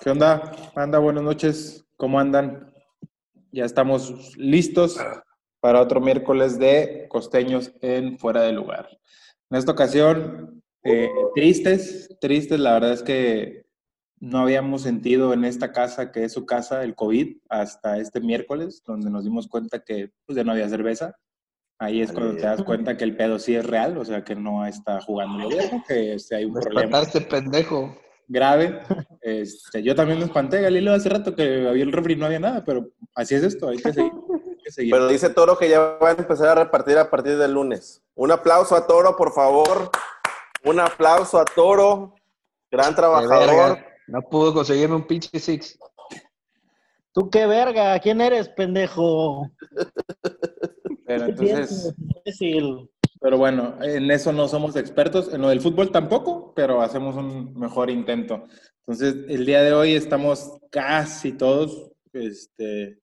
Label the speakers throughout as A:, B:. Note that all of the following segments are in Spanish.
A: ¿Qué onda? Anda, buenas noches. ¿Cómo andan? Ya estamos listos para otro miércoles de Costeños en Fuera de Lugar. En esta ocasión, eh, tristes, tristes. La verdad es que no habíamos sentido en esta casa, que es su casa, el COVID, hasta este miércoles, donde nos dimos cuenta que pues, ya no había cerveza. Ahí es cuando te das cuenta que el pedo sí es real, o sea, que no está jugando el gobierno, que este, hay un problema
B: Espantaste, pendejo.
A: grave. Este, yo también me espanté, Galileo, hace rato que había el refri y no había nada, pero así es esto, hay que seguir. hay que seguir.
C: Pero dice Toro que ya van a empezar a repartir a partir del lunes. Un aplauso a Toro, por favor. Un aplauso a Toro. Gran
B: Qué
C: trabajador.
B: verga. No pudo conseguirme un pinche six.
D: Tú qué verga, ¿quién eres, pendejo?
A: Pero
D: ¿Qué
A: entonces,
D: piensas, imbécil?
A: pero bueno, en eso no somos expertos, en lo del fútbol tampoco, pero hacemos un mejor intento. Entonces, el día de hoy estamos casi todos. Este,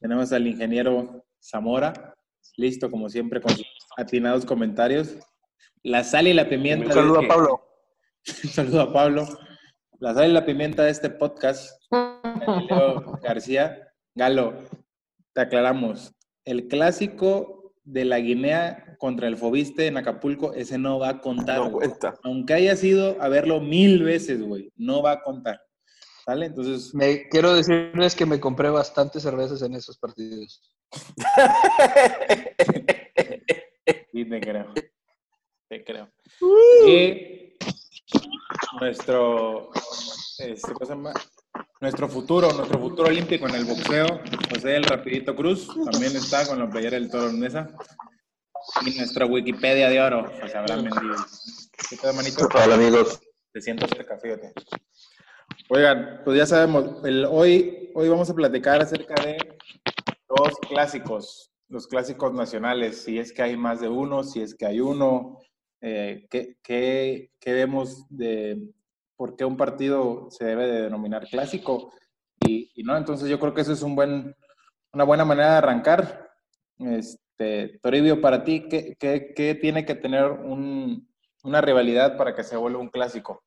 A: tenemos al ingeniero Zamora, listo como siempre con sus atinados comentarios. La sal y la pimienta.
B: Un saludo a
A: de-
B: Pablo.
A: Un saludo a Pablo. La sal y la pimienta de este podcast, Galileo García. Galo, te aclaramos. El clásico de la Guinea contra el Fobiste en Acapulco, ese no va a contar.
C: No
A: güey.
C: cuenta.
A: Aunque hayas ido a verlo mil veces, güey, no va a contar. ¿Sale? Entonces,
B: Me, quiero decirles que me compré bastantes cervezas en esos partidos.
A: sí, te creo. Te creo. Y nuestro, este, ¿cómo se llama? nuestro futuro, nuestro futuro olímpico en el boxeo, José el Rapidito Cruz, también está con la playera del Toro Nesa. Y nuestra Wikipedia de oro, José Abraham Mendívil. ¿Qué tal, manito?
E: Hola amigos,
A: Te siento este cerca, fíjate. Oigan, pues ya sabemos, el- hoy, hoy vamos a platicar acerca de los clásicos, los clásicos nacionales, si es que hay más de uno, si es que hay uno, eh, ¿qué, qué, qué vemos de por qué un partido se debe de denominar clásico? Y, y no, entonces yo creo que eso es un buen, una buena manera de arrancar. Este, Toribio, para ti, ¿qué, qué, qué tiene que tener un, una rivalidad para que se vuelva un clásico?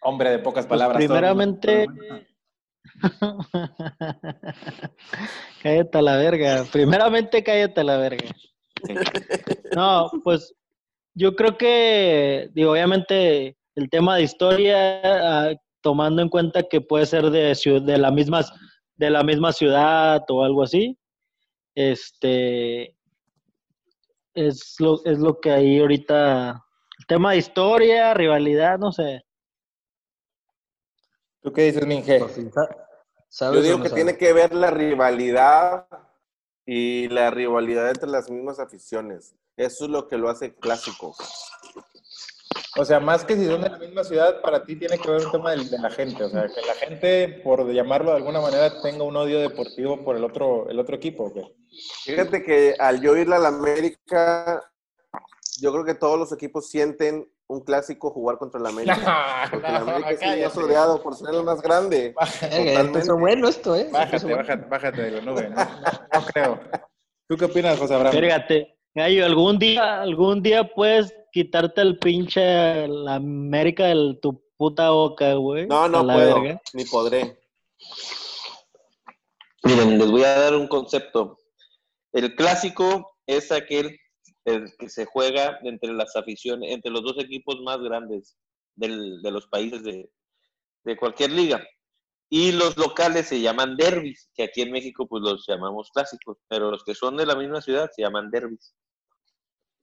A: Hombre de pocas
D: Pues
A: palabras. Toro.
D: primeramente. cállate a la verga. Primeramente, cállate a la verga.
A: Sí.
D: No, pues yo creo que, digo, obviamente el tema de historia, ah, tomando en cuenta que puede ser de, ciu- de, la misma, de la misma ciudad o algo así, este, es lo, es lo que hay ahorita. El tema de historia, rivalidad, no sé.
A: ¿Tú qué dices, Minge?
C: Pues
B: Por fin, sa- ¿sabes
C: Yo
B: o
C: digo
B: no
C: que
B: sabes?
C: tiene que ver la rivalidad y la rivalidad entre las mismas aficiones. Eso es lo que lo hace clásico.
A: O sea, más que si son de la misma ciudad, para ti tiene que ver un tema del- de, la gente. O sea, que la gente, por llamarlo de alguna manera, tenga un odio deportivo por el otro, el otro equipo. ¿o qué?
C: Fíjate que al yo irle a la América, yo creo que todos los equipos sienten un clásico jugar contra la América. Porque la América es el más
A: Cállate.
C: odiado por ser el más grande.
B: Verga, ya empezó bueno esto, ¿eh? Ya empezó
A: Bájate,
B: bueno.
A: bájate, bájate de la nube. No, No- no creo. ¿Tú qué opinas, José Abraham?
D: Fíjate, gallo, algún día, algún día puedes quitarte el pinche la América de tu puta boca, güey.
C: No,
D: A
C: no
D: la
C: puedo,
D: verga.
C: ni podré.
E: miren, les voy a dar un concepto. El clásico es aquel el que se juega entre las aficiones, entre los dos equipos más grandes del- de los países de, de cualquier liga. Y los locales se llaman derbis, que aquí en México pues los llamamos clásicos, pero los que son de la misma ciudad se llaman derbis.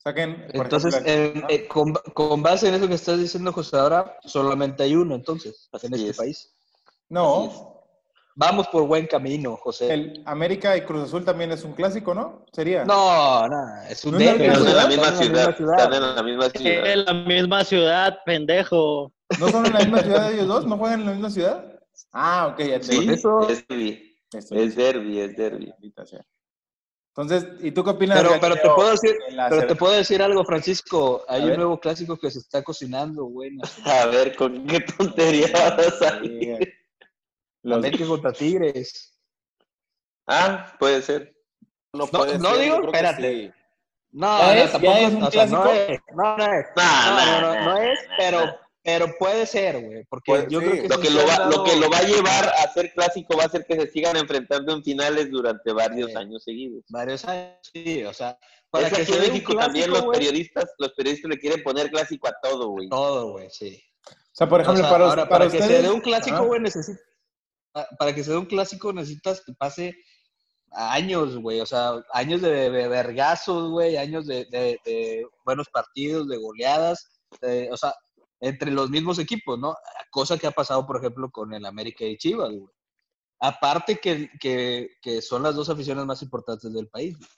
A: Saquen, por
B: Entonces,
A: ejemplo,
B: en-
A: ¿no?
B: eh, con, con base en eso que estás diciendo, José, ahora solamente hay uno, entonces,
E: Así
B: en este
E: es.
B: país.
A: no,
B: Vamos por buen camino, José.
A: el América y Cruz Azul también es un clásico, ¿no? Sería.
B: No, no, es un
A: No es la
B: derbi,
A: misma
E: Pero son de la
B: ¿verdad?
E: misma
B: Están en
E: ciudad, están
B: ciudad.
E: en la misma ciudad.
D: Es la misma ciudad, pendejo.
A: ¿No son en la misma ciudad ellos dos? ¿No juegan en la misma ciudad? Ah, ok, ya te
E: Sí,
B: eso-
E: es derbi,
A: Estoy-
E: es derbi, es derbi.
A: Maldita sea. Entonces, ¿y tú qué opinas?
B: Pero, pero te
A: Galileo,
B: puedo decir,
A: de la
B: pero te
A: cerveza?
B: puedo decir algo, Francisco. Hay un
A: ver.
B: nuevo clásico que se está cocinando, güey. nacional.
E: A ver, ¿con qué tontería vas a salir?
A: Sí, Los,
B: América contra Tigres.
E: Ah, puede ser.
C: No,
B: No,
C: puede
B: no
C: ser, yo
B: digo,
C: creo que
B: espérate.
C: sí.
B: No,
A: ¿Ya
B: no,
A: es? ¿Ya
B: tampoco
A: es un
B: o sea, no
A: clásico?
B: es. No, no es.
E: Nah,
B: No, no,
E: nah,
B: no,
E: nah,
B: no
E: nah,
B: es,
E: nah,
B: pero,
E: nah.
B: pero puede ser, güey. Porque
C: Pues,
B: yo
C: sí.
B: creo que
E: Lo
B: sí
E: que,
B: se
E: lo,
B: han
E: va,
B: dado-
E: lo que lo va a llevar a ser clásico va a ser que se sigan enfrentando en finales durante varios
B: Sí.
E: años seguidos.
B: Varios años, sí, o sea, para
E: Para
B: que
E: aquí
B: se
E: en
B: dé un
E: México también los
B: clásico, güey.
E: periodistas, los periodistas le quieren poner clásico a todo, güey.
B: Todo, güey, sí.
A: O sea, por
B: O
A: ejemplo,
B: sea,
A: para,
B: ahora,
A: para
B: para, que
A: ustedes.
B: se dé un clásico,
A: Ajá.
B: güey, necesitas. Para que se dé un clásico, necesitas que pase años, güey. O sea, años de, de vergazos, güey, años de, de- de buenos partidos, de goleadas. de- o sea, entre los mismos equipos, ¿no? Cosa que ha pasado, por ejemplo, con el América y Chivas, güey. Aparte que, que, que son las dos aficiones más importantes del país. güey.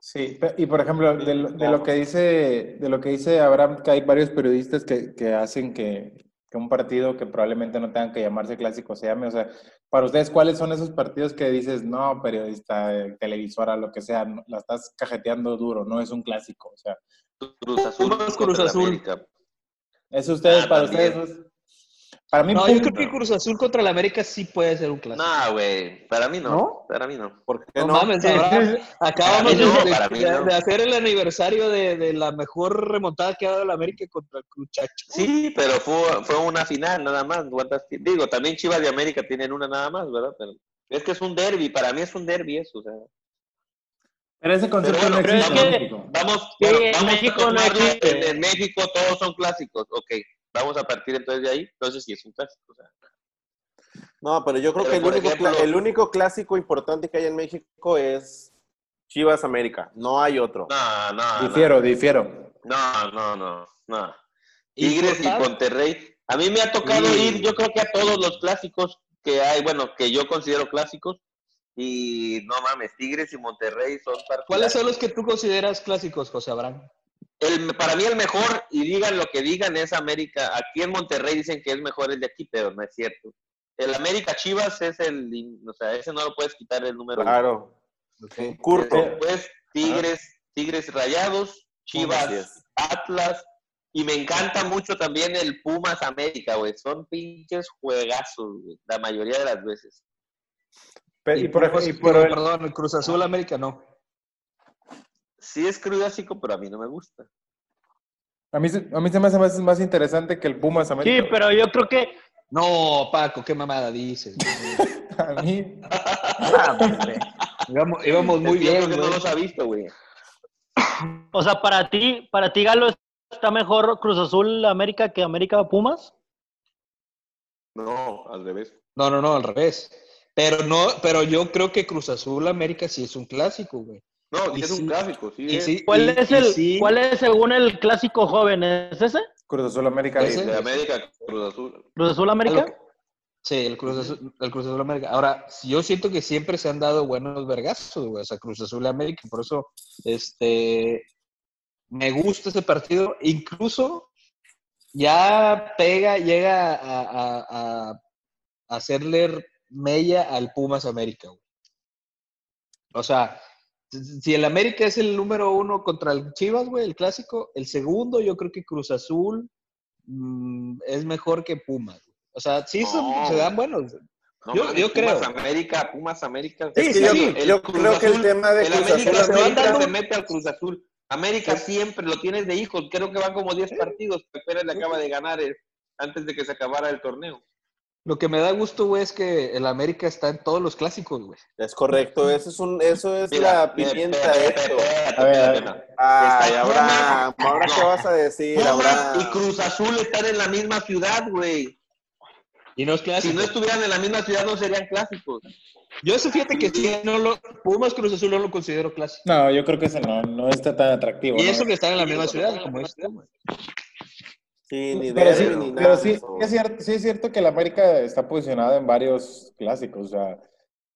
A: Sí, pe- y por ejemplo, de, lo- de lo que dice, de lo que dice Abraham, que hay varios periodistas que, que hacen que, que un partido que probablemente no tenga que llamarse clásico se llame. O sea, para ustedes, ¿cuáles son esos partidos que dices, no, periodista, eh, televisora, lo que sea, no- la estás cajeteando duro, no es un clásico? O sea,
E: Cruz Azul.
B: Pumas,
E: contra
B: Cruz
E: el
B: Azul.
E: América.
A: eso ustedes,
E: Ah,
A: para
E: también.
A: ustedes, es- para mí,
B: No, yo
A: Pum-
B: creo que Cruz Azul contra el América sí puede ser un clásico.
E: No, güey. Para mí no.
B: ¿No?
E: Para mí no.
C: ¿Por qué
B: No,
C: no?
B: mames, ahora acabamos
E: Para mí no,
B: de,
E: para mí no.
B: de hacer el aniversario de, de la mejor remontada que ha dado el América contra el Cuchacho.
E: Sí, pero fue, fue una final nada más. ¿Cuántas ti- Digo, también Chivas de América tienen una nada más, ¿verdad? Pero es que es un derby. Para mí es un derby eso. O sea,
A: pero ese concepto
E: Pero
A: no
E: bueno, pero
A: existe
E: es
A: en
E: que-
A: México.
E: vamos,
D: Sí,
E: bueno,
D: en
E: vamos
D: México
E: a
D: no
E: tomarlo en,
D: existe.
E: en México todos son clásicos. Ok, vamos a partir entonces de ahí. Entonces sí es un clásico. o sea.
C: No, pero yo creo
E: Pero,
C: que el
E: por
C: único,
E: ejemplo-
C: cla- el único clásico importante que hay en México es Chivas América. No hay otro.
E: No, no, no.
A: Difiero, difiero.
E: No, no, no, no. Tigres y
B: Importante.
E: Monterrey. A mí me ha tocado
C: Sí.
E: ir, yo creo que a todos los clásicos que hay, bueno, que yo considero clásicos. Y no mames, Tigres y Monterrey son
B: ¿Cuáles
E: partidos.
B: son los que tú consideras clásicos, José Abraham?
E: El, para mí el mejor, y digan lo que digan, es América. Aquí en Monterrey dicen que es mejor el de aquí, pero no es cierto. El América Chivas es el, in- o sea, ese no lo puedes quitar el número.
B: Ah,
E: uno.
C: Claro. En
A: Eh,
C: curto.
E: Después Tigres, Tigres Rayados, Chivas,
C: Así es.
E: Atlas. Y me encanta mucho también el Pumas América, güey. Son pinches juegazos, güey, la mayoría de las veces.
A: Pe- Eh, y por, ej-
B: Cruz-
A: y por
B: perdón,
A: el-
B: el Cruz Azul América no.
E: Sí es clásico, pero a mí no me gusta.
A: a, mí, se- a mí se me hace más, más interesante que el Pumas
D: Sí,
A: América.
D: pero yo creo que
B: No, Paco, qué mamada dices. güey.
A: A mí,
B: íbamos, íbamos muy
E: Entiendo
B: bien,
E: que no
B: güey.
E: los ha visto, güey.
D: O sea, para ti, para ti Galo está mejor Cruz Azul América que América Pumas.
E: No, al revés.
B: No, no, no, al revés. Pero no, pero yo creo que Cruz Azul América sí es un clásico, güey. Y
E: No, sí es
B: sí,
E: un clásico, sí.
B: Y
E: Eh, es.
B: sí,
D: ¿Cuál
B: y-
D: es
B: y
D: el,
B: sí-
D: cuál es según el clásico joven? ¿Es ese?
A: Cruz Azul América.
E: Sí,
B: Ese-
E: de América, Cruz Azul.
D: Cruz Azul América.
B: Algo que- Sí, el Cruz, Azul, el Cruz Azul América. Ahora, si yo siento que siempre se han dado buenos vergazos, güey, o sea, Cruz Azul América. Por eso, este, me gusta ese partido. Incluso ya pega, llega a, a- a- a hacerle mella al Pumas América, güey. O sea, si el América es el número uno contra el Chivas, güey, el clásico, el segundo yo creo que Cruz Azul mm, es mejor que Pumas. güey. O sea, sí son-
E: No.
B: se dan buenos.
E: No
B: Yo-
E: mames,
B: yo
E: Pumas
B: creo.
E: América, Pumas América.
B: Sí,
C: es que
B: sí,
C: yo,
B: sí.
C: yo creo que el tema de
E: el
C: Cruz Azul
E: América, se, va
C: América.
E: dando- se mete al Cruz Azul. América siempre lo tienes de hijos. Creo que van como 10 partidos. Apenas le acaba de ganar eh, antes de que se acabara el torneo.
B: Lo que me da gusto, güey, es que el América está en todos los clásicos, güey.
C: Es correcto. Eso es, un, eso es
E: Mira,
C: la
E: mira,
C: pimienta
E: espérate,
C: de
E: espérate,
C: esto.
E: espérate,
A: A ver, a
E: espérate.
C: Ay,
E: Está
C: Abraham. ¿Ahora qué
E: No.
C: vas a decir,
E: Pumas
C: Abraham?
E: y Cruz Azul están en la misma ciudad, güey.
B: Y no es
C: Ah,
B: clásico.
E: Si no estuvieran en la misma ciudad, no serían clásicos.
B: Yo eso fíjate que sí, no lo, Pumas Cruz Azul no lo considero clásico.
A: No, yo creo que ese no, no está tan atractivo.
B: y
A: ¿no?
B: eso que están en la misma ciudad, como dices tú, güey.
C: Sí, ni
A: Pero
C: derbi,
A: sí,
C: ni nada
A: pero
C: de
A: sí,
C: eso.
A: es cierto, sí es cierto que la América está posicionada en varios clásicos. O sea,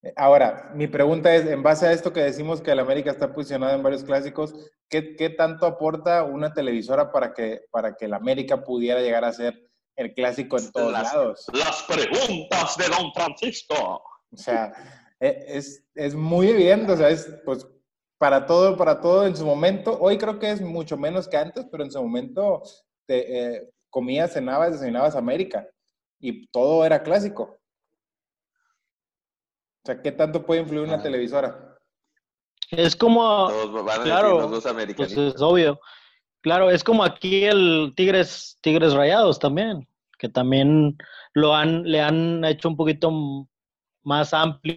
A: eh, ahora, mi pregunta es, en base a esto que decimos que la América está posicionada en varios clásicos, ¿qué, qué tanto aporta una televisora para que, para que la América pudiera llegar a ser el clásico
C: Pues,
A: en todos
E: Las-
A: lados?
E: Las preguntas de Don Francisco.
A: O sea, e- es, es muy evidente, o sea, es pues para todo, para todo en su momento. Hoy creo que es mucho menos que antes, pero en su momento te, eh, comías, cenabas, desayunabas América y todo era clásico. O sea, ¿qué tanto puede influir una
B: Ah.
A: televisora?
D: Es
A: Ah,
D: como,
E: Todos van a
D: claro,
E: decir los dos
D: pues
E: americanistas.
D: es obvio. Claro, es como aquí el Tigres, Tigres Rayados también, que también lo han, le han hecho un poquito m- más amplio.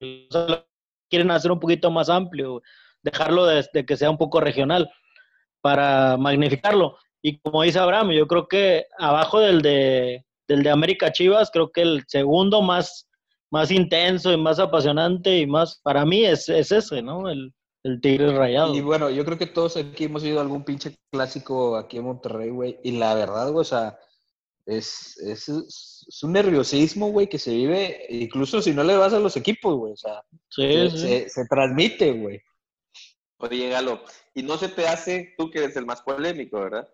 D: O sea, lo quieren hacer un poquito más amplio, güey. dejarlo de, de que sea un poco regional para magnificarlo. Y como dice Abraham, yo creo que abajo del de, del de América Chivas, creo que el segundo más, más intenso y más apasionante y más, para mí es, es ese, ¿no? El, el Tigres Rayado.
B: Y bueno, yo creo que todos aquí hemos ido a algún pinche clásico aquí en Monterrey, güey. Y la verdad, güey, o sea, es, es, es un nerviosismo, güey, que se vive, incluso si no le vas a los equipos, güey. O sea,
D: Sí, sí.
B: se, se transmite, güey.
E: Oye, Galo, y no se te hace, tú que eres el más polémico, ¿verdad?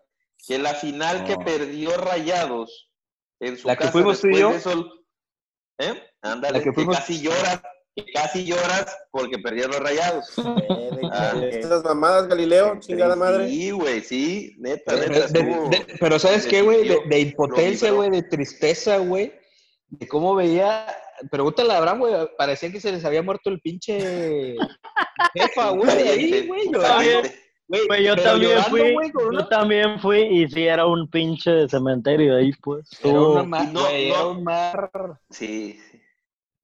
E: Que la final que
B: No.
E: perdió Rayados en su
B: La que
E: casa
B: fuimos tú y
E: después
B: yo.
E: de eso- ¿Eh? Ándale,
B: La que
E: que,
B: fuimos-
E: casi lloras, que casi lloras porque perdieron los Rayados. Ah,
C: Estas mamadas, Galileo, chingada madre.
E: Sí, güey, sí, neta,
B: Pero,
E: neta. estuvo-
B: de- pero ¿sabes qué, güey? De, de impotencia,
E: lo
B: güey, de tristeza, güey. De cómo veía... Pregúntale a Abraham, güey. Parecía que se les había muerto el pinche jefa, güey. Ahí, güey. llorando,
E: Caliente.
B: güey,
D: Güey, yo
B: pero
D: también
B: llorando,
D: fui,
B: güey, con
D: yo
B: una-
D: también fui y sí era un pinche cementerio ahí, pues.
B: Era,
D: estuvo-
B: una ma-
E: Y no,
B: güey, era
E: no.
B: un mar
E: Sí.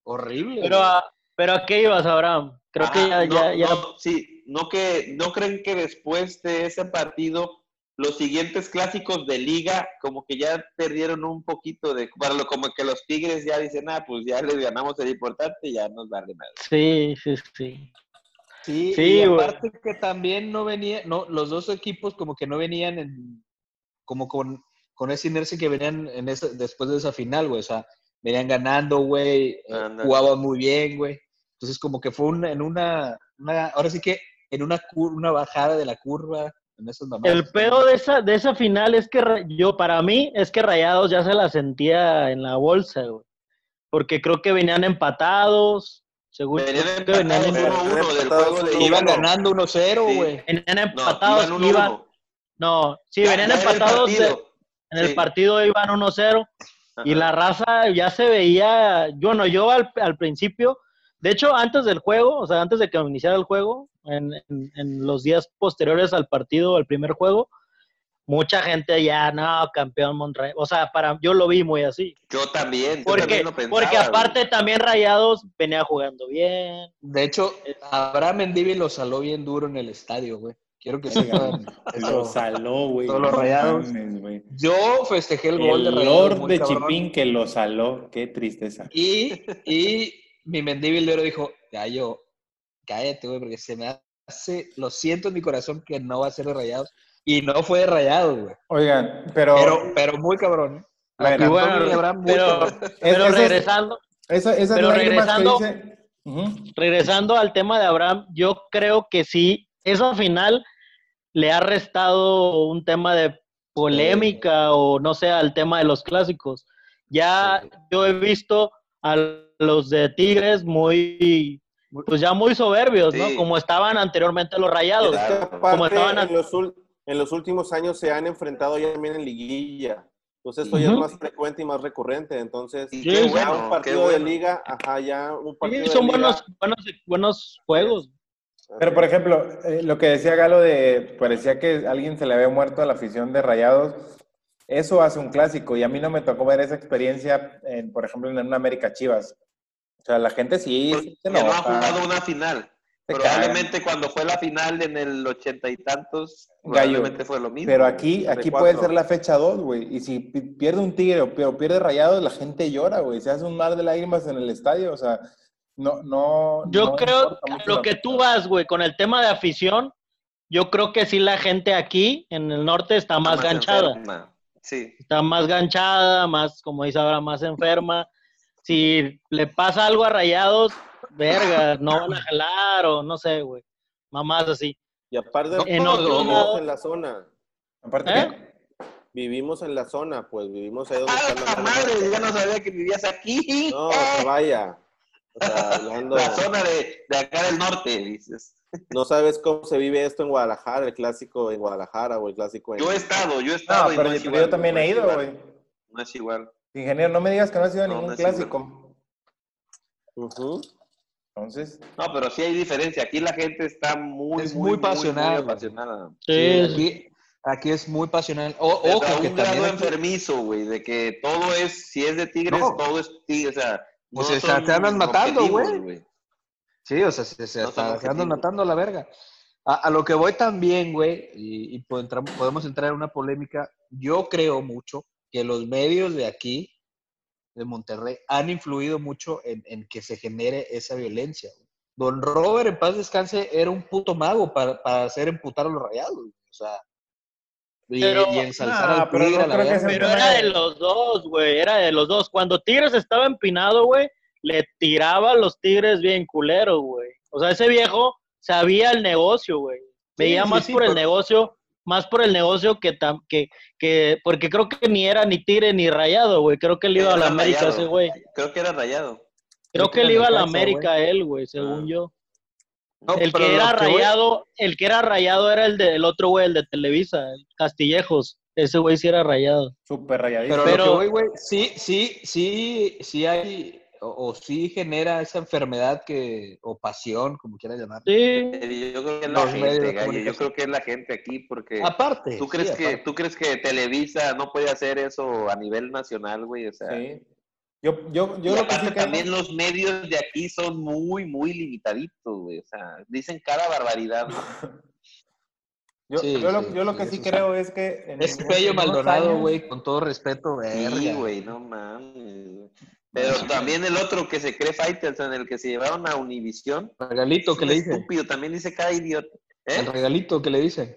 B: horrible.
D: Pero,
B: güey.
D: a, pero a qué ibas, Abraham? Creo que ya,
E: Ajá, Ah, no,
D: ya, ya-
E: no, sí, no que no creen que después de ese partido los siguientes clásicos de liga como que ya perdieron un poquito de para lo- como que los Tigres ya dicen, "Ah, pues ya les ganamos el importante, ya nos vale madre."
D: sí, sí, sí.
B: Sí,
D: Sí,
B: y
D: güey.
B: aparte que también no venía, no, los dos equipos como que no venían en- como con, con esa inercia que venían en esa, después de esa final, güey. O sea, venían ganando, güey, eh,
E: Ándale.
B: jugaban muy bien, güey. Entonces como que fue una- en una, una- ahora sí que en una cur- una bajada de la curva, en esas mamadas.
D: El pedo de esa, de esa final es que Ra- yo, para mí, es que Rayados ya se la sentía en la bolsa, güey. Porque creo que venían empatados, según
E: Venían
D: creo que
E: empatados
D: venían,
C: pero-
E: 1-1 del
C: empatados
E: juego de
C: uno a
B: Iban
E: ida.
B: ganando 1-0,
E: Sí.
B: güey.
D: venían
E: No,
D: empatados,
E: iban
D: iban,
E: 1-1.
D: no, sí,
E: Ya-
D: venían
E: ya era el
D: empatados, de-
E: partido.
D: en el
E: sí.
D: partido iban 1-0. Y
E: Ajá.
D: la raza ya se veía, yo no, yo al, al principio, de hecho antes del juego, o sea, antes de que iniciara el juego, en, en- en los días posteriores al partido, al primer juego, mucha gente ya, no, campeón Monterrey, o sea, para yo lo vi muy así,
E: Yo también, yo
D: porque,
E: también lo pensaba,
D: porque
E: güey.
D: aparte también Rayados venía jugando bien,
B: De hecho, Abraham Mendivi lo saló bien duro en el estadio, güey. Quiero que sepan
F: Lo
B: eso.
F: saló, güey.
B: Todos los rayados.
F: Mames, güey.
B: Yo festejé el gol de
F: El
B: Rayados,
F: Lord
B: muy
F: de
B: cabrón.
F: Chipín que lo saló. Qué tristeza.
B: Y, y mi Mendibil de oro dijo, Gallo, cállate, güey, porque se me hace, lo siento en mi corazón que no va a ser de Rayados. Y no fue de Rayados, güey.
A: Oigan, pero,
B: Pero, pero muy cabrón. ¿eh?
A: A ver,
B: La cantó
D: bueno,
B: mi Abraham muy
D: pero,
B: cabrón.
D: pero
A: esas-
D: regresando,
A: esa- esas
D: pero
A: lágrimas
D: regresando-
A: que dice... Ujú.
D: regresando al tema de Abraham, yo creo que sí, esa final le ha restado un tema de polémica o no sé, al tema de los clásicos. Ya
B: Sí.
D: yo he visto a los de Tigres muy, pues ya muy soberbios, ¿no?
E: Sí.
D: Como estaban anteriormente los rayados.
C: Es que
E: Claro.
D: Como
C: aparte,
D: estaban
C: en los, ul- en los últimos años se han enfrentado ya también en liguilla. Entonces esto ya es
D: Ujú.
C: más frecuente y más recurrente. Entonces,
E: Y
D: Sí,
E: qué
D: sí.
C: ya
E: bueno,
C: un
E: qué
C: partido de
E: bueno.
C: liga, ajá, ya un partido
D: Sí, son
C: de liga.
D: buenos, buenos, buenos juegos.
A: Pero, por ejemplo, eh, lo que decía Galo de parecía que alguien se le había muerto a la afición de Rayados, eso hace un clásico y a mí no me tocó ver esa experiencia, en, por ejemplo, en una América Chivas. O sea, la gente sí, sí
E: Que
A: se
E: Pues, no ha
A: nota,
E: jugado una final.
A: se
E: Probablemente cuando fue la final en el ochenta y tantos,
A: Gallo,
E: probablemente fue lo mismo.
A: Pero aquí, aquí puede
E: 34.
A: ser la fecha 2, güey. Y si pi- pierde un tigre o pero pierde rayados, la gente llora, güey. Se hace un mar de lágrimas en el estadio. O sea, no, no.
D: Yo
A: no
D: creo
A: importa mucho
D: que lo
A: la
D: que
A: fecha.
D: tú vas, güey, con el tema de afición, yo creo que sí la gente aquí en el norte está
E: Está
D: más, ganchada.
E: enferma. Sí.
D: está más ganchada, más, como dice ahora, más enferma. Si le pasa algo a Rayados, verga, no van a jalar o no sé, güey. Mamás así.
C: Y aparte,
B: No,
D: En otro
C: vivimos
D: lado-
C: en la zona.
A: Aparte,
D: ¿Eh?
A: que-
C: Vivimos en la zona, pues vivimos ahí donde
E: ¡A
C: está
E: la
C: la
E: madre! Ya no sabía que vivías aquí.
C: No, se vaya. O sea, hablando,
E: la zona de, de acá del norte, dices.
C: no sabes cómo se vive esto en Guadalajara, el clásico en Guadalajara o el clásico en...
E: Yo he estado, yo he
A: no,
E: estado.
A: Ah,
E: y
A: pero,
E: no
A: pero
E: es Ah, pues, igual,
A: yo también
E: no
A: he
E: es
A: ido,
E: igual,
A: güey.
E: No es igual.
A: Ingeniero, no me digas que no has ido a
E: No,
A: ningún
E: no es igual.
A: clásico.
C: Ujú.
A: Entonces,
E: No, pero sí hay diferencia. Aquí la gente está muy,
B: Es muy pasional, güey.
E: apasionada.
D: Sí,
B: aquí, aquí es muy pasional. O-
E: Desde
B: ojo,
E: un
B: que
E: grado
B: también aquí-
E: enfermizo, güey, de que todo es, si es de tigres,
B: No.
E: todo es tigres, o sea...
B: Pues
E: no
B: se- se
E: son
B: te andan matando,
E: objetivos,
B: güey. Sí, o sea, se, se
E: No
B: hasta
E: son
B: se andan
E: objetivos.
B: matando a la verga. A, a lo que voy también, güey, y, y po- entram- podemos entrar en una polémica, yo creo mucho que los medios de aquí, de Monterrey, han influido mucho en, en que se genere esa violencia. güey. Don Robert, en paz descanse, era un puto mago para, para hacer emputar a los rayados, güey. o sea, y,
D: Pero-
B: y ensalzar
A: Nah,
B: al
A: pero
B: tigre,
A: no
B: a la
A: creo que sea-
B: verga.
D: Pero era de los dos, güey, era de los dos. Cuando Tigres estaba empinado, güey, le tiraba a los Tigres bien culero, güey. O sea, ese viejo sabía el negocio, güey. Veía
B: sí,
D: más
B: sí,
D: por el
B: pero-
D: negocio, más por el negocio que, tam- que, que, porque creo que ni era ni Tigre ni Rayado, güey. Creo que él iba a la
E: Era
D: América
E: Rayado.
D: ese güey.
E: Creo que era rayado.
D: Creo
B: Creo que
D: que él iba a la
B: Necaxa,
D: América él, güey, según
E: Ah.
D: yo.
B: No,
D: El
B: pero
D: que era
B: lo que voy-
D: rayado, el que era rayado era el del otro güey, el de Televisa, el Castillejos. Ese güey sí era rayado.
A: súper rayadito.
B: Pero,
D: Pero-
B: lo que voy, güey, sí, sí, sí, sí hay, o, o sí genera esa enfermedad que, o pasión, como quieras llamar.
D: Sí.
E: Eh, Yo creo que es la
B: Los medios de
E: gente, Gallo. Yo
B: comunicación.
E: creo que es la gente aquí, porque
B: Aparte.
E: ¿tú crees,
B: sí,
E: que,
B: aparte.
E: ¿tú crees que Televisa no puede hacer eso a nivel nacional, güey? O sea,
A: Sí. Yo, yo,
E: y
A: yo lo que
E: aparte
A: sí creo-
E: también los medios de aquí son muy, muy limitaditos, güey. O sea, dicen cada barbaridad. güey.
A: yo-
B: Sí,
A: yo lo-
B: sí,
A: yo lo que
B: sí,
A: sí
B: eso sí.
A: creo es que... en-
B: Es
A: en
B: Pello
A: unos
B: Maldonado,
A: años-
B: güey, con todo respeto,
E: Sí,
B: verga.
E: güey, no mames. Pero también el otro que se cree Fighters, en el que se llevaron a Univisión.
B: Regalito que le dicen.
E: Estúpido, también dice cada idiota. ¿Eh?
B: El regalito que le dicen.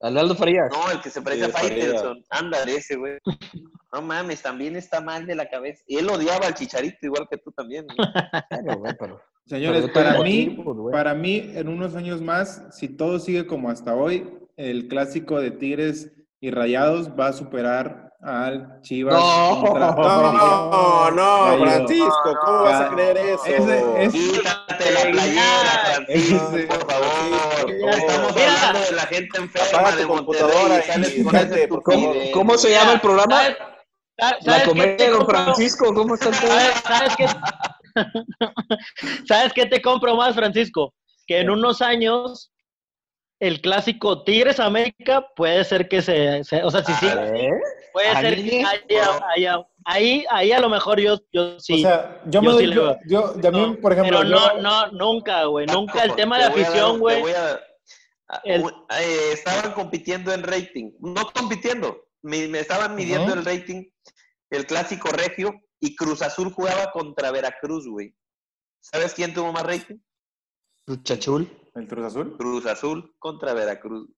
B: Al Aldo Farías.
E: No, el que se parece
F: Sí,
E: a
F: Farías.
E: Faitelson. Ándale, ese güey. No mames, también está mal de la cabeza. Y él odiaba al chicharito igual que tú también. güey.
B: Claro, güey, pero-
A: Señores,
B: pero yo
A: para
B: tengo
A: mí,
B: motivos, güey.
A: para mí, en unos años más, si todo sigue como hasta hoy, el clásico de Tigres y Rayados va a superar al Chivas.
B: No.
A: contra-
C: No, no,
A: Gallo.
C: Francisco, ¿cómo vas a
A: Gallo.
C: creer eso?
A: Ese- ese-
E: Quítate la playera, Francisco,
A: Ese-
E: por favor.
C: Ese-
E: Estamos
D: Mira.
E: hablando de la gente enferma
C: Apaga
E: de
C: tu
E: Monterrey.
C: computadora
E: y sales
C: y
E: con esa
C: fíjate, por
B: ¿Cómo,
C: favor.
E: estupidez,
B: cómo se
E: güey.
B: llama el programa?
D: ¿Sabes- sabes-
B: La
D: sabes
B: comedia
D: qué te
B: de Don
D: compro?
B: Francisco. ¿Cómo está el pedo?
D: ¿Sabes, sabes qué- ¿Sabes qué te compro más, Francisco? Que en unos años el clásico Tigres América puede ser que se, se- o sea, si sí,
B: ¿Eh?
D: puede ser que
B: ¿Alguien?
D: haya, haya- ahí, ahí a lo mejor yo, yo
A: O
D: sí.
A: sea, yo me
D: yo sí
A: doy,
D: le
A: yo,
D: veo.
A: yo- de a mí, por ejemplo,
D: pero no,
A: yo-
D: no, nunca, güey, nunca el
E: Taco,
D: tema de
E: te voy a
D: afición,
E: dar-
D: güey.
E: te voy a- a-
D: El-
E: un- eh, estaban compitiendo en rating. No compitiendo. Me, me estaban midiendo el rating. El clásico regio. Y Cruz Azul jugaba contra Veracruz, güey. ¿Sabes quién tuvo más rating?
B: Chachul.
A: el Cruz Azul.
E: Cruz Azul contra Veracruz.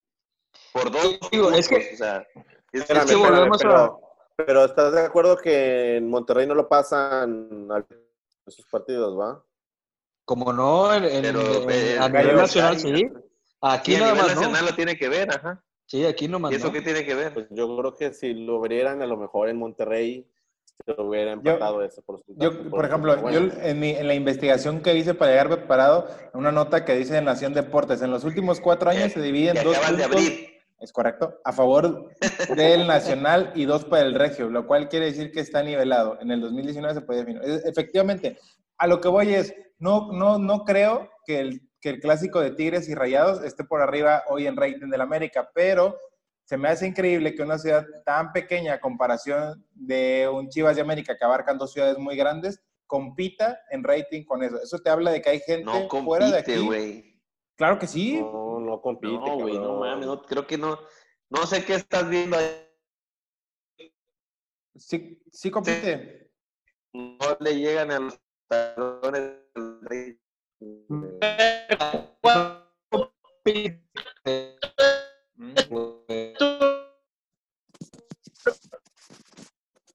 E: Por dos.
B: Digo, es
E: puntos,
B: que-
E: o sea, es-
C: Espérame,
B: Es que
C: espérame,
B: volvemos
C: pero,
B: a-
C: pero ¿estás de acuerdo que en Monterrey no lo pasan a sus partidos, va?
B: Como no, en, en-
E: Pero,
B: en-
E: eh,
B: a
A: Gallo,
B: nivel nacional
E: Gallo.
B: sí. Aquí
E: y a
B: nada
E: nivel
B: más
E: nacional
B: no.
E: lo tiene que ver, ajá.
B: Sí, aquí no más
E: ¿Y eso
B: no.
E: qué tiene que ver?
C: Pues yo creo que si lo vieran a lo mejor en Monterrey se hubiera empatado ese porcentaje.
A: Yo, por
C: Porque,
A: ejemplo,
C: bueno,
A: yo en, mi- en la investigación que hice para llegar preparado, una nota que dice en Nación Deportes, en los últimos cuatro años se divide
E: Que
A: en dos
E: acabas de
A: puntos
E: abrir.
A: Es correcto. A favor del Nacional y dos para el Regio, lo cual quiere decir que está nivelado. En el 2019 se puede definir. Es- Efectivamente, a lo que voy es, no, no, no creo que el, que el clásico de Tigres y Rayados esté por arriba hoy en rating del América, pero se me hace increíble que una ciudad tan pequeña a comparación de un Chivas de América que abarcan dos ciudades muy grandes compita en rating con eso. Eso te habla de que hay gente
E: No
A: fuera de
E: compite,
A: aquí.
E: güey.
A: Claro que sí.
C: No, no compite,
E: No, güey, no
C: cabrón.
E: mames, no, creo que no. No sé qué estás viendo ahí.
A: Sí, sí compite.
E: No le llegan a los talones del rey.
A: Mm.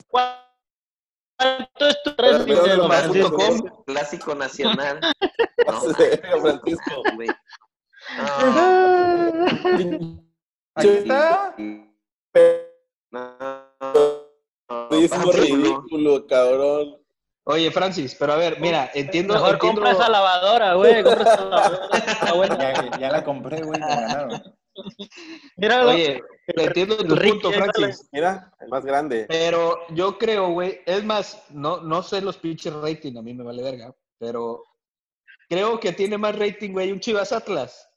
D: ¿Cuánto es tu
C: Pero, pero, pero,
D: Francisco?
E: Clásico,
C: Francisco.
E: clásico nacional. No, Ah,
C: Vas de- Francisco.
E: güey. No, Ah,
A: Ahí está.
E: no,
C: Ridículo,
E: Ridículo.
C: ridículo, cabrón.
B: Oye, Francis, pero a ver, mira, entiendo.
D: Mejor
B: entiendo-
D: compra esa lavadora, güey. Compra esa lavadora. Está buena.
A: Ya, ya la compré, güey, me ganaron.
D: Míralo.
B: Oye, entiendo tu
D: Ricky,
B: punto,
D: ándale.
B: Francis.
C: Mira, el más grande.
B: Pero yo creo, güey, es más, no, no sé los pinches rating, a mí me vale verga, pero creo que tiene más rating, güey, un Chivas Atlas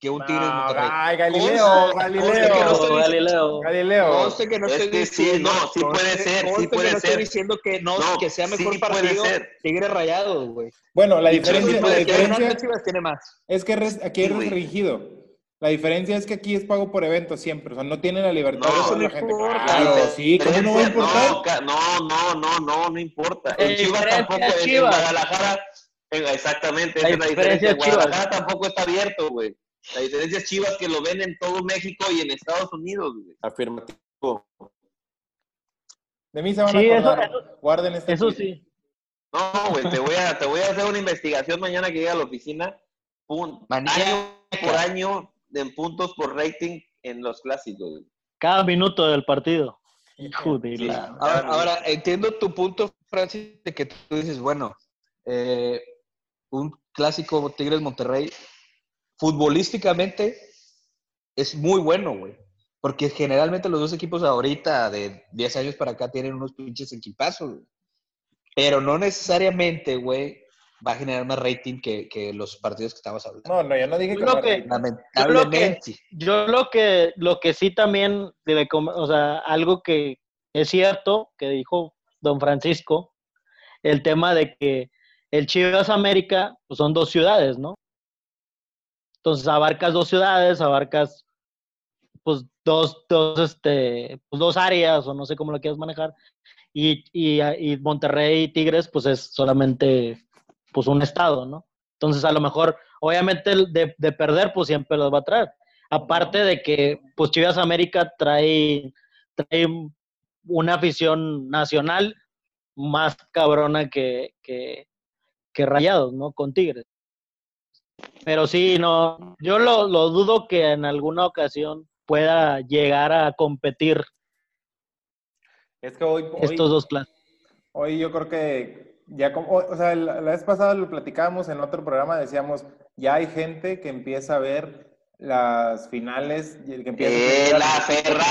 B: que un Tigres Monterrey.
A: ay, Galileo, Galileo.
B: estoy-
D: Galileo.
A: Galileo.
B: No sé que no
E: Es
B: estoy
E: que sí,
B: diciendo.
E: no, sí puede
B: sé-
E: ser, sí
B: conste que
E: puede
B: no estoy
E: ser.
B: diciendo que no,
E: No,
B: que sea mejor
E: sí puede
B: partido
E: ser.
B: Tigre Rayado, güey.
A: Bueno, la
B: Y Chivas
A: diferencia,
B: puede
A: la
B: ser,
A: diferencia
B: Hernández Chivas tiene más.
A: es que res- aquí
E: Sí,
A: es
E: güey.
A: restringido. La diferencia es que aquí es pago por evento siempre. O sea, no tienen la libertad
E: No,
A: de hacer
E: no
A: la gente.
B: importa.
A: Claro, sí, ¿cómo no va a
E: Diferencia,
A: importar?
E: No, ca- no, no, no, no, no importa.
D: La
E: En Chivas
D: diferencia
E: tampoco,
D: es
E: en- en
D: Chivas.
E: Guadalajara, en- exactamente, esa
D: La
E: es la
D: diferencia
E: diferencia.
D: es Chivas.
E: Guadalajara tampoco está abierto, güey. La diferencia es Chivas que lo ven en todo México y en Estados Unidos, güey.
C: Afirmativo.
A: De mí se van
D: Sí,
A: a
D: eso-
A: acordar. Guarden este
D: Eso
A: tweet.
D: sí.
E: No, güey, te voy a, te voy a hacer una investigación mañana que llegue a la oficina. Pum, año
B: Manía.
E: por año en puntos por rating en los clásicos. güey.
D: Cada minuto del partido. Hijo de
E: Sí.
D: la-
B: Ahora, ahora, entiendo tu punto, Francis, de que tú dices, bueno, eh, un clásico Tigres Monterrey, futbolísticamente es muy bueno, güey. Porque generalmente los dos equipos ahorita, de 10 años para acá, tienen unos pinches equipazos. güey. Pero no necesariamente, güey, va a generar más rating que, que los partidos que estamos hablando.
A: No, no, yo no dije que
D: Lo
A: no.
D: Pues que-
B: Lamentablemente.
D: Yo lo que, lo que sí también, le com- o sea, algo que es cierto que dijo don Francisco, el tema de que el Chivas América pues son dos ciudades, ¿no? Entonces abarcas dos ciudades, abarcas pues dos, dos, este, pues, dos áreas, o no sé cómo lo quieras manejar, y, y, y Monterrey y Tigres, pues es solamente pues un estado, ¿no? Entonces a lo mejor, obviamente el de, de perder, pues siempre los va a traer. Aparte de que, pues Chivas América trae, trae una afición nacional más cabrona que, que, que Rayados, ¿no? Con Tigres. Pero sí, no, yo lo, lo dudo que en alguna ocasión pueda llegar a competir
A: Es que hoy, hoy,
D: estos dos clases.
A: hoy yo creo que ya como, o o sea, la, la vez pasada lo platicábamos en otro programa, decíamos, ya hay gente que empieza a ver las finales y el que empieza
E: ¡El
A: a
E: aferrado!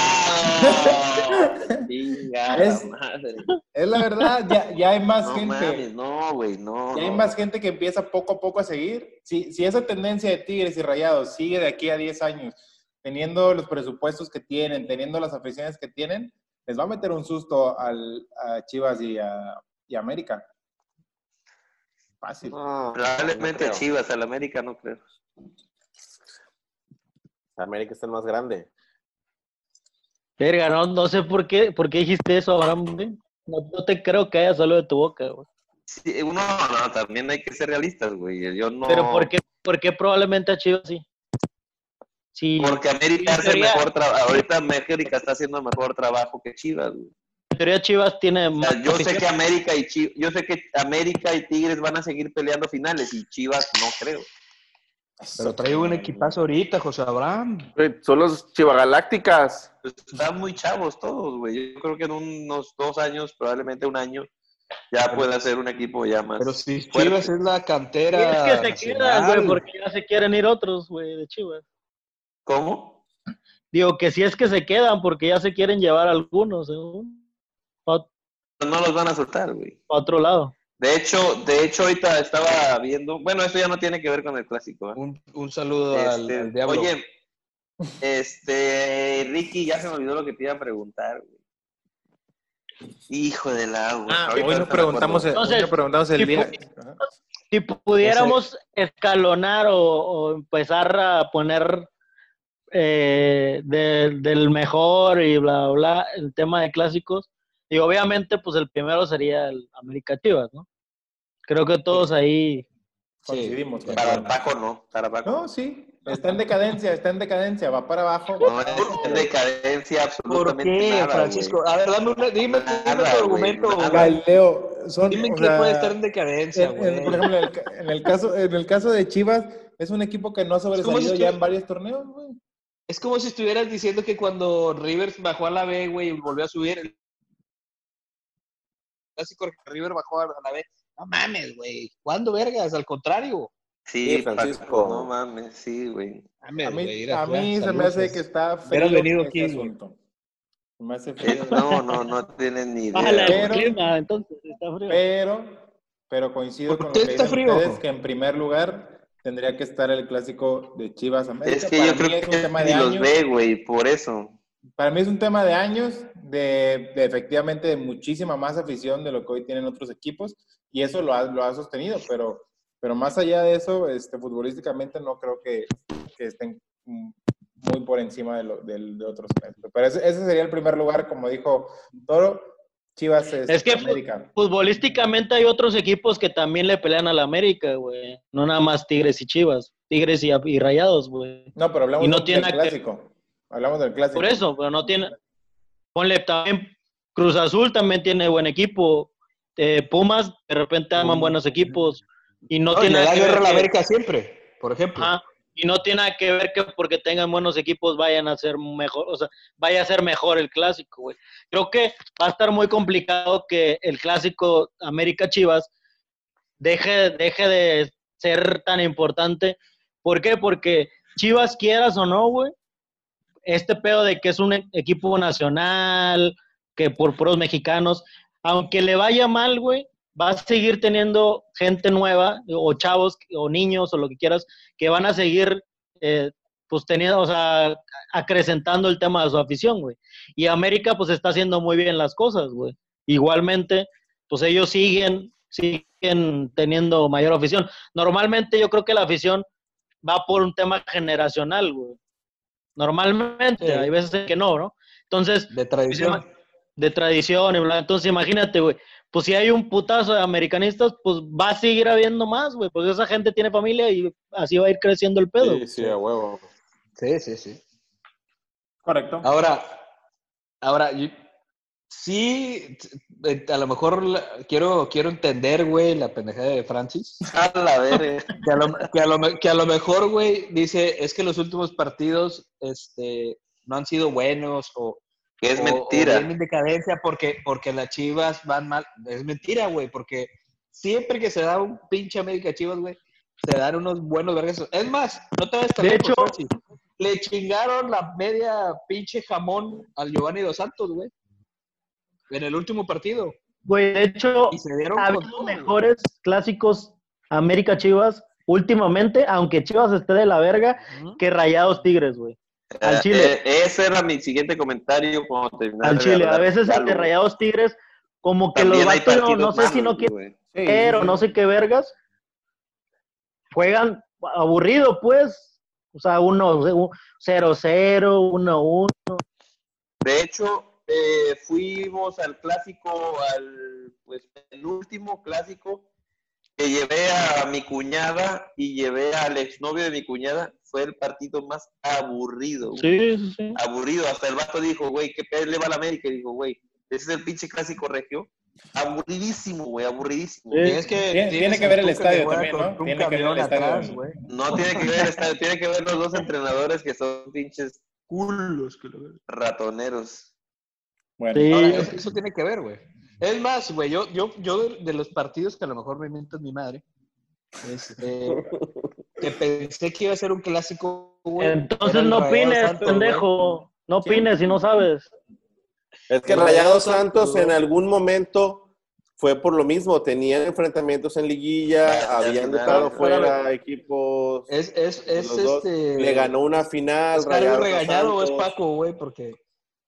E: Chinga la
A: Es-
E: madre.
A: Es la verdad, ya, ya hay más
E: No
A: gente.
E: mames, no, güey, no.
A: Ya hay
E: no.
A: más gente que empieza poco a poco a seguir. Si, si esa tendencia de Tigres y Rayados sigue de aquí a 10 años, teniendo los presupuestos que tienen, teniendo las aficiones que tienen, les va a meter un susto al, a Chivas y a, y a América. Fácil.
C: No, no
E: Probablemente
C: creo.
E: Chivas, al América no creo.
C: América es el más grande.
D: Verga, no, no sé por qué, por qué dijiste eso, Abraham. güey. No, no te creo que haya solo de tu boca, güey.
E: Sí, uno, no, también hay que ser realistas, güey. Yo no.
D: Pero ¿por qué, por qué probablemente a Chivas sí? Sí,
E: Porque
D: En
E: América hace el
D: teoría-
E: mejor trabajo. Ahorita América está haciendo el mejor trabajo que Chivas, güey.
D: en teoría Chivas tiene
E: O
D: más
E: sea, yo sé
D: afición.
E: que América y Chi- yo sé que América y Tigres van a seguir peleando finales y Chivas no creo.
B: Pero trae un equipazo ahorita, José Abraham.
C: Son los Chivagalácticas.
E: Pues están muy chavos todos, güey. Yo creo que en unos dos años, probablemente un año, ya pueda ser un equipo ya más.
B: Pero si
E: fuerte.
B: Chivas es la
D: Y es
B: cantera.
D: que se quedan, güey,
B: nacional.
D: porque ya se quieren ir otros, güey, de Chivas.
E: ¿Cómo?
D: Digo que si es que se quedan, porque ya se quieren llevar algunos, ¿eh? según. A
E: No los van a soltar, güey.
D: otro lado.
E: De hecho, de hecho ahorita estaba viendo, bueno, esto ya no tiene que ver con el clásico. ¿eh?
B: Un, un saludo al,
E: Este,
B: al diablo.
E: Oye, este, Ricky, ya se me olvidó lo que te iba a preguntar. güey. Hijo del agua. Ahorita
A: Ah, hoy
E: no
A: nos
E: me
A: preguntamos,
E: acuerdo.
D: Entonces, nos
A: preguntamos
D: el
A: el
D: si día-
A: día.
D: fu- Si pudiéramos escalonar o, o empezar a poner eh, de- del mejor y bla, bla, bla, el tema de clásicos, y obviamente, pues el primero sería el América Chivas, ¿no? Creo que todos ahí.
A: Coincidimos. con-
E: Para Paco no, para Paco.
A: No, sí. Está en decadencia, está en decadencia. Va para abajo.
E: No es decadencia
B: ¿Por
E: absolutamente
B: qué,
E: nada,
B: Francisco?
E: güey.
B: A ver, dame una- dime, dime
E: Nada,
B: tu
E: güey,
B: argumento.
E: nada.
B: güey.
A: Galileo, son,
B: Dime en
A: o
B: qué
A: sea,
B: puede estar en decadencia,
A: En- en- por
B: güey.
A: ejemplo, en el, ca- en el caso, en el caso de Chivas, es un equipo que no ha
B: como si
A: sobresalido ya
B: estuviera-
A: en varios torneos, güey.
B: Es como si estuvieras diciendo que cuando Rivers bajó a la B, güey, y volvió a subir. El clásico que River bajó a la B. No mames, güey. ¿Cuándo vergas? Al contrario.
E: Sí,
C: Sí, Francisco.
E: Paco, no mames, sí, güey.
A: A
B: Mames,
A: mí,
B: Ah, güey, ir
A: a
B: jugar,
A: mí se me
B: saludos.
A: hace que está feo
B: Hubieras venido
A: este
B: aquí, güey.
A: asunto. Se me hace feo.
E: Eh, No, no, no tienen ni
D: Bájale
E: idea.
A: Pero-
D: el clima, entonces está frío.
A: Pero, Pero coincido
B: ¿Por
A: con lo
B: qué
A: que
B: está
A: dicen
B: frío?
A: ustedes que en primer lugar tendría que estar el clásico de Chivas América.
E: Es que
A: Para
E: yo
A: mí
E: creo
A: es
E: que
A: un tema de
E: ni los
A: años.
E: ve, güey, por eso.
A: Para mí es un tema de años, de, de efectivamente de muchísima más afición de lo que hoy tienen otros equipos, y eso lo ha, lo ha sostenido, pero, pero más allá de eso, este, futbolísticamente no creo que, que estén mm, muy por encima de, lo, del- de otros. clásicos. Pero ese, ese sería el primer lugar, como dijo Toro, Chivas este,
D: Es que-
A: América.
D: Futbolísticamente hay otros equipos que también le pelean al América, güey. No nada más Tigres y Chivas. Tigres y, y Rayados, güey.
A: No, pero hablamos
D: Y no
A: del-
D: tiene
A: del
D: nada que-
A: clásico. Hablamos del clásico.
D: Por eso, pero no tiene... Ponle también... Cruz Azul también tiene buen equipo. Eh, Pumas, de repente aman buenos equipos. Y no,
B: No, y
D: tiene
B: le
D: nada
B: da
D: que
B: guerra
D: ver
B: a la
D: que- Ah,
B: América siempre, por ejemplo.
D: Ajá. Y no tiene nada que ver que porque tengan buenos equipos vayan a ser mejor, o sea, vaya a ser mejor el clásico, güey. Creo que va a estar muy complicado que el clásico América Chivas deje, deje de ser tan importante. ¿Por qué? Porque Chivas quieras o no, güey, este pedo de que es un e- equipo nacional, que por puros mexicanos, aunque le vaya mal, güey, va a seguir teniendo gente nueva, o chavos, o niños, o lo que quieras, que van a seguir, eh, pues teniendo, o sea, acrecentando el tema de su afición, güey. Y América, pues está haciendo muy bien las cosas, güey. Igualmente, pues ellos siguen, siguen teniendo mayor afición. Normalmente yo creo que la afición va por un tema generacional, güey. Normalmente,
B: Sí.
D: hay veces en que no, ¿no? Entonces,
B: De tradición.
D: de tradición y bla. Entonces, imagínate, güey. Pues si hay un putazo de americanistas, pues va a seguir habiendo más, güey. Pues esa gente tiene familia y así va a ir creciendo el pedo.
C: Sí, sí, a huevo.
B: Sí, sí, sí.
A: Correcto.
B: Ahora, ahora, yo- sí, eh, a lo mejor la- quiero, quiero entender, güey, la pendejada de Francis.
E: A la verga.
B: Que a lo, que a lo- que a lo mejor, güey, dice, es que los últimos partidos este, no han sido buenos o,
E: Que es
B: o- O
E: mentira.
B: vienen en decadencia porque, porque las chivas van mal. Es mentira, güey, porque siempre que se da un pinche América Chivas, güey, se dan unos buenos vergas. Es más, no te vas a
D: De hecho-
B: le chingaron la media pinche jamón al Giovanni Dos Santos, güey. En el último partido.
D: Güey, de hecho,
B: Y se dieron
D: ha
B: con
D: habido
B: todo, güey.
D: mejores clásicos América Chivas últimamente, aunque Chivas esté de la verga,
B: Ujú.
D: que Rayados Tigres, güey. al
E: Eh,
D: Chile.
E: eh, ese era mi siguiente comentario cuando terminara
D: Al
E: de
D: Chile. A
E: hablar.
D: veces el de
E: Claro,
D: Rayados Tigres, como que
E: también
D: los
E: hay
D: vatos, no,
E: partidos
D: no sé si no
E: malos,
D: quieren.
E: güey.
A: Sí,
D: pero
A: sí,
D: no
A: sí.
D: sé qué vergas, juegan aburrido, pues. O sea, uno 0-0, 1-1.
E: De hecho, eh, fuimos al clásico, al pues penúltimo clásico que llevé a mi cuñada y llevé al exnovio de mi cuñada. Fue el partido más aburrido. güey.
D: Sí, sí, sí.
E: Aburrido. Hasta el vato dijo, güey, ¿qué pedo le va a la América? Y dijo, güey, ese es el pinche clásico regio. Aburridísimo, güey, aburridísimo.
D: Sí.
B: Tienes que,
A: Eh, Tiene-
B: tienes
A: tiene que
B: al
A: ver el
B: Tuca
A: estadio
B: juega
A: también, ¿no?
B: con un
A: Tiene que ver el
B: camión
A: estadio.
B: atrás, güey.
E: No tiene que ver el estadio, tiene que ver los dos entrenadores que son pinches
B: Culos que lo ven.
E: ratoneros.
A: Bueno,
D: Sí.
B: Ahora, eso, eso tiene que ver, güey. Es más, güey, yo, yo, yo de, de los partidos que a lo mejor me mientas mi madre, este, que pensé que iba a ser un clásico, güey. era
D: Entonces
B: el
D: no
B: Rayados
D: opines,
B: Santos, güey.
D: pendejo. No opines si no sabes.
C: Es que
B: El
C: Rayados
B: Rayados
C: Santos
B: Santos,
C: en
B: ¿no?
C: algún momento fue por lo mismo, tenían enfrentamientos en liguilla,
E: Ya, ya
C: habían
E: final,
C: dejado
E: ya.
C: fuera equipos.
B: Es, es, es
C: Los dos
B: este.
C: Le ganó una final,
B: Es Carlos
C: Rayados a
B: regañado o es
C: Santos.
B: Paco, güey, porque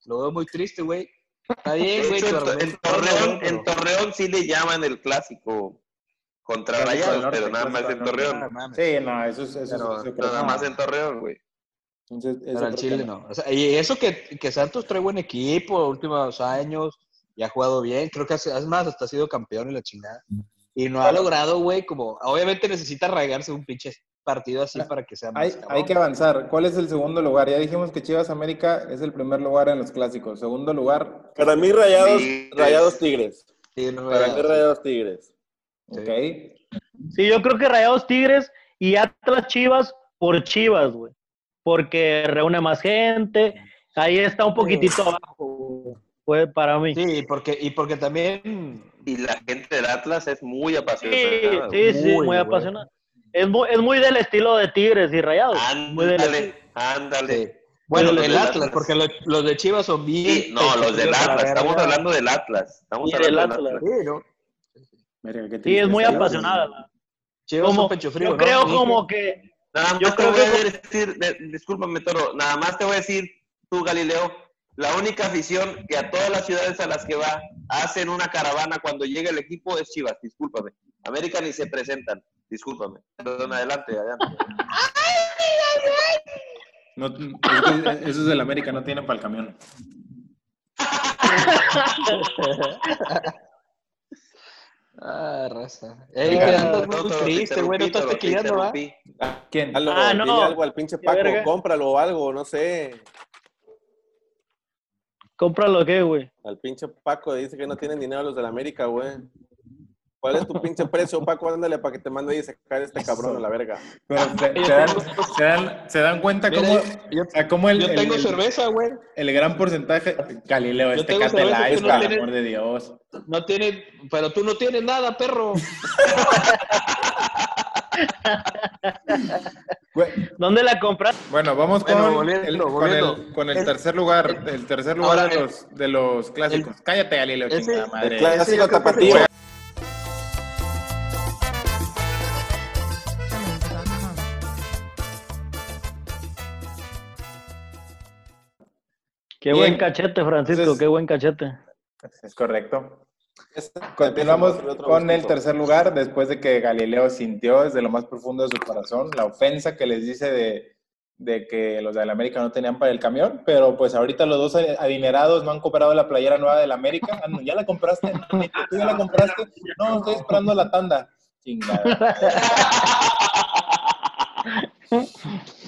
B: lo veo muy triste, güey. Está bien,
E: De
B: güey,
E: hecho,
B: tu
E: en, en
B: argumento,
E: Torreón,
B: güey, pero-
E: en Torreón sí le llaman el clásico contra
A: Clásico
E: Rayados,
A: del norte,
E: pero nada
A: clásico
E: más
A: del
E: en
A: norte.
B: Ah,
E: Torreón.
B: mames.
A: sí, no, eso es... Eso
B: Pero-
A: es eso creo
E: Nada
A: que
E: más
A: no.
E: en Torreón, güey.
A: Entonces, eso
B: Pero al
A: creo
B: Chile
A: que
B: no. O sea, y eso que, que Santos trae buen equipo últimos años y ha jugado bien. Creo que hace- es más, hasta ha sido campeón en la chingada. Y no ha logrado, güey, como. Obviamente necesita arraigarse un pinche partido así para que sea
A: Hay,
B: más. cabrón.
A: hay que avanzar. ¿Cuál es el segundo lugar? Ya dijimos que Chivas América es el primer lugar en los clásicos. Segundo lugar,
C: Para mí, Rayados,
E: Tigres.
C: Rayados Tigres.
B: Sí, no, eh,
C: Para mí,
B: güey,
C: Rayados Tigres.
B: Sí.
A: ok.
D: Sí, yo creo que Rayados Tigres y Atlas Chivas por Chivas, güey. Porque reúne más gente. Ahí está un poquitito abajo, güey, para mí.
B: Sí, porque, y porque también.
E: Y la gente del Atlas es muy
D: Sí,
E: apasionada. güey.
D: sí, sí,
B: Muy,
D: muy,
B: güey.
D: apasionado. Es muy, es muy del estilo de Tigres y Rayados. Muy del
E: Ándale, ándale.
B: sí. eh, Bueno,
E: Los
B: el
E: del
B: Atlas, porque lo- los de Chivas son bien.
E: Sí, no, los del
B: la
E: Atlas. Estamos
B: verga.
E: hablando del Atlas. Estamos
D: Y del
E: hablando del
D: Atlas.
E: Atlas.
B: Sí, ¿no?
F: Verga, qué
D: Sí, es
F: tristeza,
D: muy
F: la verdad.
D: apasionada. la-
B: Chivas
D: Como-
B: o pecho frío,
D: Yo
B: ¿no?
D: creo
B: Dije.
D: como que
E: Nada más
D: Yo
E: te
D: creo
E: voy a
D: que-
E: decir, de- discúlpame, Toro, nada más te voy a decir, tú, Galileo, la única afición que a todas las ciudades a las que va hacen una caravana cuando llega el equipo es Chivas, discúlpame. América ni se presentan, discúlpame. Perdón, adelante, adelante.
A: No, es que esos del América no tienen para el camión.
B: Ah, raza. Ey,
A: Oigan,
B: que andas
E: Toro,
B: muy
E: te
B: triste, güey. No estás
E: interrumpí, te
B: tequillando, ¿va?
E: interrumpí.
A: ¿Quién?
C: Algo,
D: Ah, no.
C: Dile algo al pinche
D: Qué
C: Paco,
D: verga.
C: cómpralo o algo, no sé.
D: cómpralo qué, güey.
C: Al pinche Paco dice que no tienen dinero los del América, güey. ¿Cuál es tu pinche precio, Paco? Ándale para que te mande y sacar este cabrón a la verga.
A: Pero
D: Ah,
A: se, se dan, se dan- se dan cuenta
B: Mira,
A: cómo,
B: yo-
A: o sea, cómo el,
B: Yo
A: el-
B: tengo
A: el-
B: cerveza, güey.
A: el gran porcentaje. Galileo,
B: Yo
A: este
B: tengo cerveza,
A: Catelice,
B: tú no
A: por el
B: tienes-
A: amor de Dios.
B: No tiene, pero tú no tienes nada, perro.
A: Güey,
D: ¿Dónde la compraste?
A: Bueno, vamos con,
B: Bueno, volviendo,
A: el, con
B: volviendo.
A: el- con el
B: El-
A: tercer lugar. El tercer lugar
B: Ahora,
A: de, los, de los clásicos. Cállate, Galileo,
B: ese-
A: chingada
C: El
A: madre.
C: clásico tapatío.
G: Amanda.com.
D: Qué
A: Bien.
D: buen cachete, Francisco,
A: Entonces-
D: qué buen cachete.
A: Es correcto.
C: Este-
A: Continuamos
C: este- otro
A: con el
C: gusto.
A: tercer lugar, después de que Galileo sintió desde lo más profundo de su corazón la ofensa que les dice de, de que los del América no tenían para el camión, pero pues ahorita los dos adinerados no han comprado la playera nueva del América. Ah, no, ¿Ya la compraste? No, ni ¿Tú ya la compraste? No, estoy esperando la tanda. Chingada.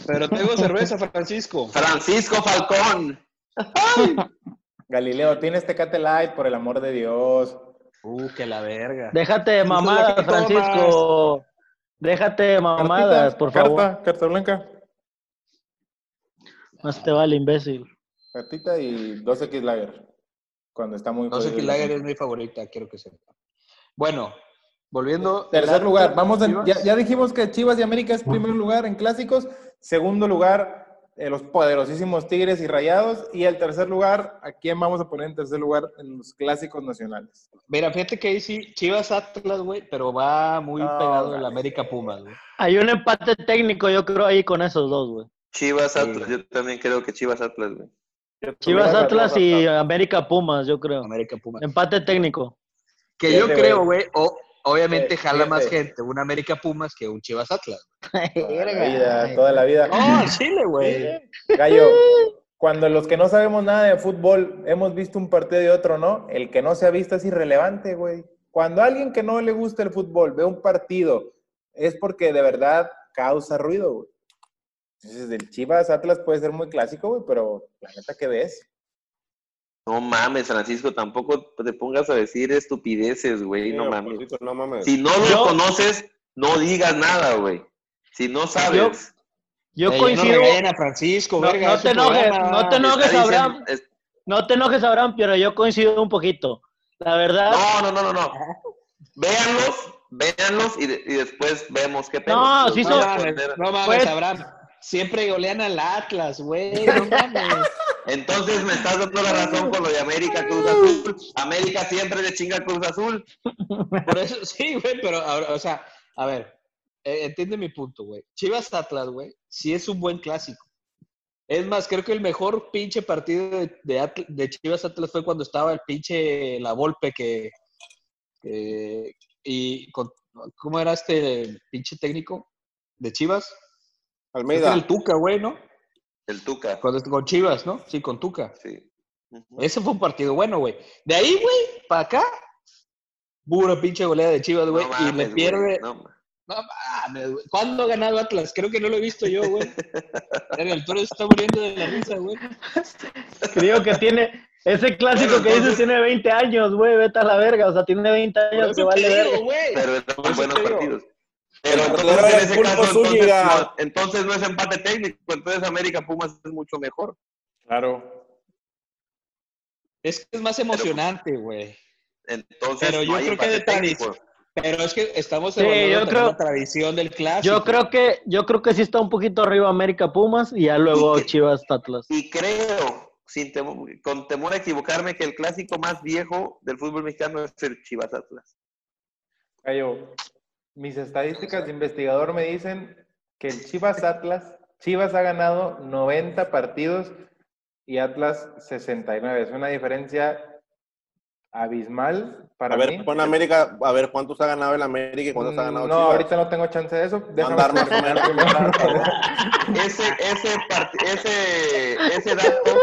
B: Pero tengo cerveza, Francisco.
E: Francisco Falcón.
A: Galileo, tienes Tecate este Light, por el amor de Dios.
B: Uh, que la verga.
D: Déjate de
B: es la que
D: mamadas,
B: tomas.
D: Francisco. Déjate de mamadas, por favor.
A: Carta, carta blanca.
D: Más te vale, imbécil.
A: Cartita y 2X Lager. Cuando está muy
B: No sé
A: jodido
B: qué
A: el
B: lager
A: asunto.
B: es mi favorita, quiero que sepa. Bueno, volviendo.
A: Tercer lugar, vamos en- ya,
B: Chivas.
A: ya dijimos que Chivas y América es primer lugar en clásicos, segundo lugar eh, los poderosísimos Tigres y Rayados y el tercer lugar, ¿a quién vamos a poner en tercer lugar en los clásicos nacionales?
B: Mira, fíjate que ahí sí, Chivas Atlas, güey, pero va muy
A: No,
B: pegado el
A: dale.
B: América Pumas, güey.
D: Hay un empate técnico, yo creo, ahí con esos dos, güey.
E: Chivas
B: Sí,
E: Atlas,
B: güey.
E: yo también creo que Chivas Atlas, güey.
D: Chivas
A: Chivas,
D: Atlas y América Pumas, yo creo.
B: América Pumas.
D: Empate técnico.
B: Que yo
A: Em, Fíjate,
B: creo, güey, o- obviamente
A: Eh,
B: jala más
A: fíjate.
B: gente un América Pumas que un Chivas Atlas.
A: Toda la vida, toda la vida.
B: No, Oh, al Chile, güey.
A: Gallo, cuando los que no sabemos nada de fútbol hemos visto un partido y otro no, el que no se ha visto es irrelevante, güey. Cuando alguien que no le gusta el fútbol ve un partido, es porque de verdad causa ruido, güey. Entonces, del Chivas Atlas puede ser muy clásico, güey, pero la neta que ves.
E: No mames, Francisco, tampoco te pongas a decir estupideces, güey, no
C: Sí,
E: mames.
C: Paquito, no mames.
E: Si no lo
D: Yo-
E: conoces, no digas nada, güey. Si no sabes,
D: Yo
B: Eh,
D: coincido.
B: No regañen a Francisco,
D: No-
B: verga.
D: no
B: es
D: te
B: su
D: enojes,
B: programa.
D: no te enojes.
E: está diciendo-
D: Abraham.
E: es-
D: No te enojes, Abraham, pero yo coincido un poquito. La verdad.
E: no, no, no, no, no. Véanlos, véanlos y, de- y después vemos qué pedo.
D: No,
E: Los
D: sí
E: voy
D: son-
E: a poner.
B: No mames,
D: Pues-
B: Abraham. Siempre golean al Atlas, güey. No mames.
E: Entonces me estás dando la razón con lo de América Cruz Azul. América siempre le chinga al Cruz Azul.
B: Por eso, sí, güey, pero, ahora, o sea, a ver, eh, entiende mi punto, güey. Chivas Atlas, güey, sí es un buen clásico. Es más, creo que el mejor pinche partido de, de Atl- de Chivas Atlas fue cuando estaba el pinche La Volpe que. que- y con- ¿Cómo era este pinche técnico de Chivas? Creo que
C: Almeida.
B: era el Tuca, güey, ¿no?
E: El Tuca.
B: Cuando- con Chivas, ¿no? Sí, con Tuca.
E: Sí. Ujú.
B: Ese fue un partido bueno, güey. De ahí, güey, para acá, pura pinche goleada de Chivas, güey.
E: No
B: y le
E: mames,
B: pierde.
E: güey, no mames.
B: No mames, güey. ¿Cuándo ha ganado Atlas? Creo que no lo he visto yo, güey. Verga, El toro se está muriendo de la risa, güey.
D: Creo que tiene. Ese clásico que dices tiene 20 años, güey. Vete a la verga. O sea, tiene 20
B: Por
D: años que
B: eso te
D: vale verga.
B: digo, güey.
E: Pero
B: Por
E: eran
B: eso
E: buenos
B: te digo.
E: partidos. Pero
C: El
E: entonces,
C: portero
E: en
C: era
E: ese
C: el Pulpo
E: caso, entonces,
C: Zúñiga.
E: no, entonces no es empate técnico. Entonces América Pumas es mucho mejor.
A: Claro.
B: Es que es más emocionante, güey.
E: Entonces,
B: Pero yo
E: no hay
B: creo que
E: empate
B: de tradición-
E: técnico.
B: Pero es que estamos
D: Sí,
B: evaluando
D: yo
B: también
D: creo-
B: la tradición del clásico.
D: Yo creo que, yo creo que sí está un poquito arriba América Pumas y ya luego
E: Y que-
D: Chivas Atlas.
E: Y creo, sin temo- con temor a equivocarme, que el clásico más viejo del fútbol mexicano es el Chivas Atlas.
A: Cayo, mis estadísticas de investigador me dicen que el Chivas Atlas, Chivas ha ganado 90 partidos y Atlas 69. Es una diferencia abismal para
C: A ver,
A: mí. Mm,
C: pon América, a ver cuántos ha ganado el América y cuántos ha
A: no,
C: ganado
A: ahorita no tengo chance de eso. Déjame
C: Andar más o menos
A: terminar.
E: Ese, ese, part- ese, ese dato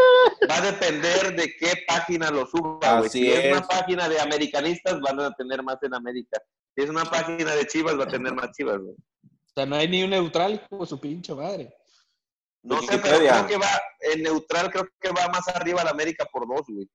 E: va a depender de qué página lo suba. güey.
C: Así
E: Si es.
C: es.
E: una página de americanistas, van a tener más en América. Si es una página de Chivas, va a tener más Chivas. güey.
B: O sea, no hay ni un neutral, hijo de su pinche madre.
E: No sé, pero
C: Wikipedia.
E: creo que va en neutral, creo que va más arriba la América por dos, güey.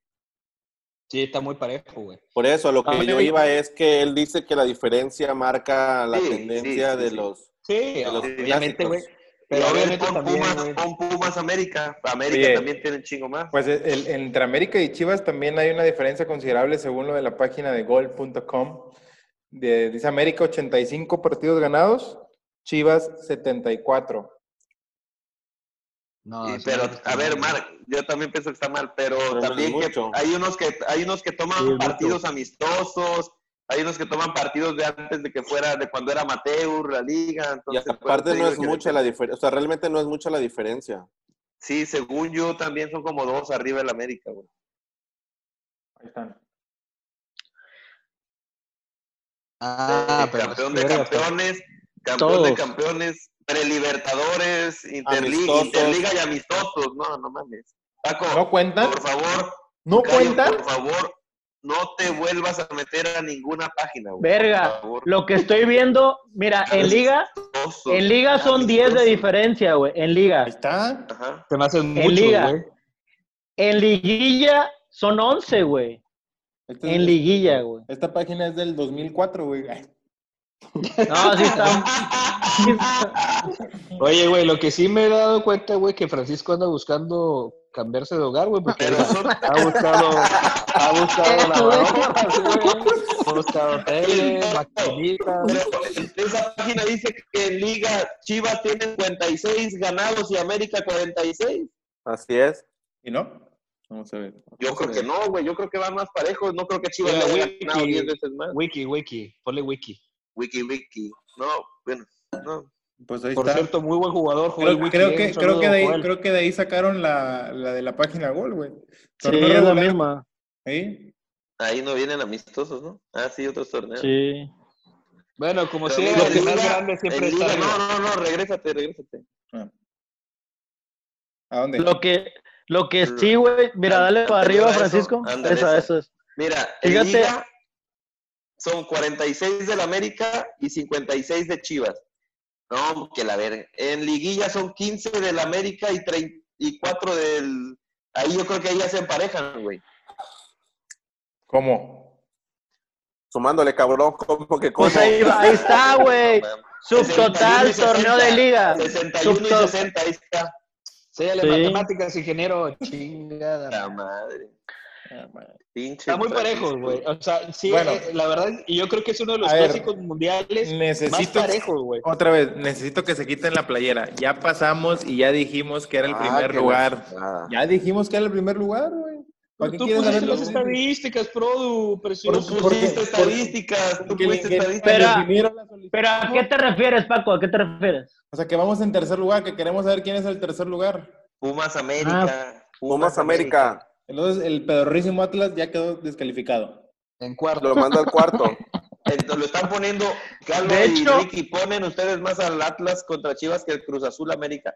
B: Sí, está muy parejo, güey.
C: Por eso, lo que
B: Ah,
C: yo
B: sí.
C: iba es que él dice que la diferencia marca la
E: Sí,
C: tendencia
E: sí, sí,
C: de
E: sí.
C: los...
B: Sí,
C: los
B: obviamente,
C: clásicos.
B: güey.
E: Pero
B: Pero
E: a ver,
B: obviamente
E: pon
B: también,
E: Pumas,
B: güey.
E: pon Pumas América. América
A: Oye.
E: también tiene un chingo más.
A: Pues el- entre América y Chivas también hay una diferencia considerable según lo de la página de gol.com. De- Dice América 85 partidos ganados, Chivas 74.
B: No,
E: Y-
B: sí,
E: pero,
B: está
E: a ver,
B: mal.
E: Mark, yo también pienso que está mal, pero,
C: no es
E: también que
C: mucho.
E: hay unos que hay unos que toman
B: Sí, es mucho.
E: partidos amistosos, hay unos que toman partidos de antes de que fuera, de cuando era amateur, la liga.
C: Y
E: Entonces,
C: aparte
E: pues, te
C: no es
E: digo que-
C: mucha la diferencia, o sea, realmente no es mucha la diferencia.
E: Sí, según yo también son como dos arriba del América, güey.
A: Ahí están.
B: Ah,
E: Eh,
B: pero
E: campeón
B: es
E: de
B: que,
E: campeones, campeón de
D: Todos.
E: campeones, prelibertadores, interliga,
C: Amistosos.
E: interliga y amistosos. No, no mames. Paco,
A: ¿No cuentan?
E: por favor,
A: ¿No
E: Cayo,
A: cuentan?
E: por favor, no te vuelvas a meter a ninguna página, güey. Por
D: Verga,
E: favor.
D: lo que estoy viendo, mira, en liga,
E: Amistoso.
D: en liga son 10 de diferencia, güey, en liga.
A: Ahí está.
E: Ajá.
B: Se me hace mucho,
D: liga.
B: güey.
D: En liguilla son 11, güey.
A: Este es-
D: En liguilla, güey.
A: Esta página es del 2004, güey. Ay,
D: No, sí está. sí está-
B: Oye, güey, lo que sí me he dado cuenta, güey, que Francisco anda buscando cambiarse de hogar, güey, porque
E: Pero eso-
B: ha buscado,
E: Ah,
B: ha buscado lavadoras, güey, ha buscado tele, maquinitas.
E: Pero esa página dice que en Liga Chivas tiene 56 ganados y América 46.
C: Así es.
A: ¿Y no? Vamos a ver.
E: Yo creo que no, güey. Yo creo que van más parejos. No creo que Chivas
B: Pero
E: le haya
B: Wiki-
E: ganado 10 veces más.
B: Wiki, wiki, ponle wiki.
E: Wiki, wiki. No, bueno. No.
A: Pues ahí
B: Por
A: está.
B: cierto, muy buen jugador,
A: creo,
B: Joel Wiki.
A: creo
B: eh,
A: que,
B: un
A: creo, que de
B: saludo,
A: ahí,
B: Joel.
A: creo que de ahí sacaron la, la de la página Gol, güey.
D: Sí,
A: Torneo
D: es la
A: regular,
D: misma.
A: ¿sí?
E: Ahí no vienen amistosos, ¿no? Ah, sí, otros torneos.
D: Sí.
B: Bueno, como
E: Pero
B: sea,
E: mira,
B: el que
E: en
B: más
E: Liga-
B: grande siempre
E: en
B: está
E: Liga- No,
B: arriba.
E: no, no. Regrésate, regrésate.
A: ¿A dónde?
D: Lo que, lo que sí, güey. Mira, dale para
E: Ándale,
D: arriba,
E: eso,
D: Francisco.
E: ándale,
D: Esa,
E: eso.
D: esa es.
E: Mira, en
D: Fíjate.
E: Liga son 46 del América y 56 de Chivas. No, que la verga. En Liguilla son 15 del América y 34 del... Ahí yo creo que ahí ya se emparejan, güey.
A: ¿Cómo?
C: Sumándole, cabrón, como que
D: Pues
C: cómo?
D: ahí, va- ahí está, güey.
E: No, mames.
D: Subtotal,
E: 61 y
D: torneo de
E: 60.
D: liga.
E: 61 y
D: Subto-
E: 60, ahí está.
B: Séale
D: Sí.
B: matemáticas, ingeniero, chingada.
E: La madre.
D: Ah,
E: Pinche
B: Está muy
E: Francisco.
B: parejos, güey. O sea, sí,
A: Bueno.
B: eh, la verdad, y yo creo que es uno de los
A: A ver.
B: clásicos mundiales más
A: Necesito,
B: parejos, güey.
A: otra vez, necesito que se quiten la playera. Ya pasamos y ya dijimos que era el
C: Ah,
A: primer
C: que la
A: lugar.
C: chingada.
A: Ya dijimos que era el primer lugar, güey. ¿Para qué
B: Tú
A: quieres ganar
B: pusiste
A: los
B: las estadísticas, Produ,
E: Tú
B: precioso.
A: Por- por-
E: pusiste estadísticas, tú
A: Porque le-
B: pues,
E: pusiste
A: que-
E: estadísticas.
D: Pero-
A: definieron la solicitud.
D: Pero ¿a qué te refieres, Paco? ¿A qué te refieres?
A: O sea, que vamos en tercer lugar, que queremos saber quién es el tercer lugar.
E: Pumas
D: Ah,
E: América.
C: Pumas América
A: Entonces, el pedorrísimo Atlas ya quedó descalificado.
B: En cuarto.
C: lo manda al cuarto.
E: Entonces, lo están poniendo, Carlos
D: De
E: y
D: hecho-
E: Ricky, ponen ustedes más al Atlas contra Chivas que el Cruz Azul América.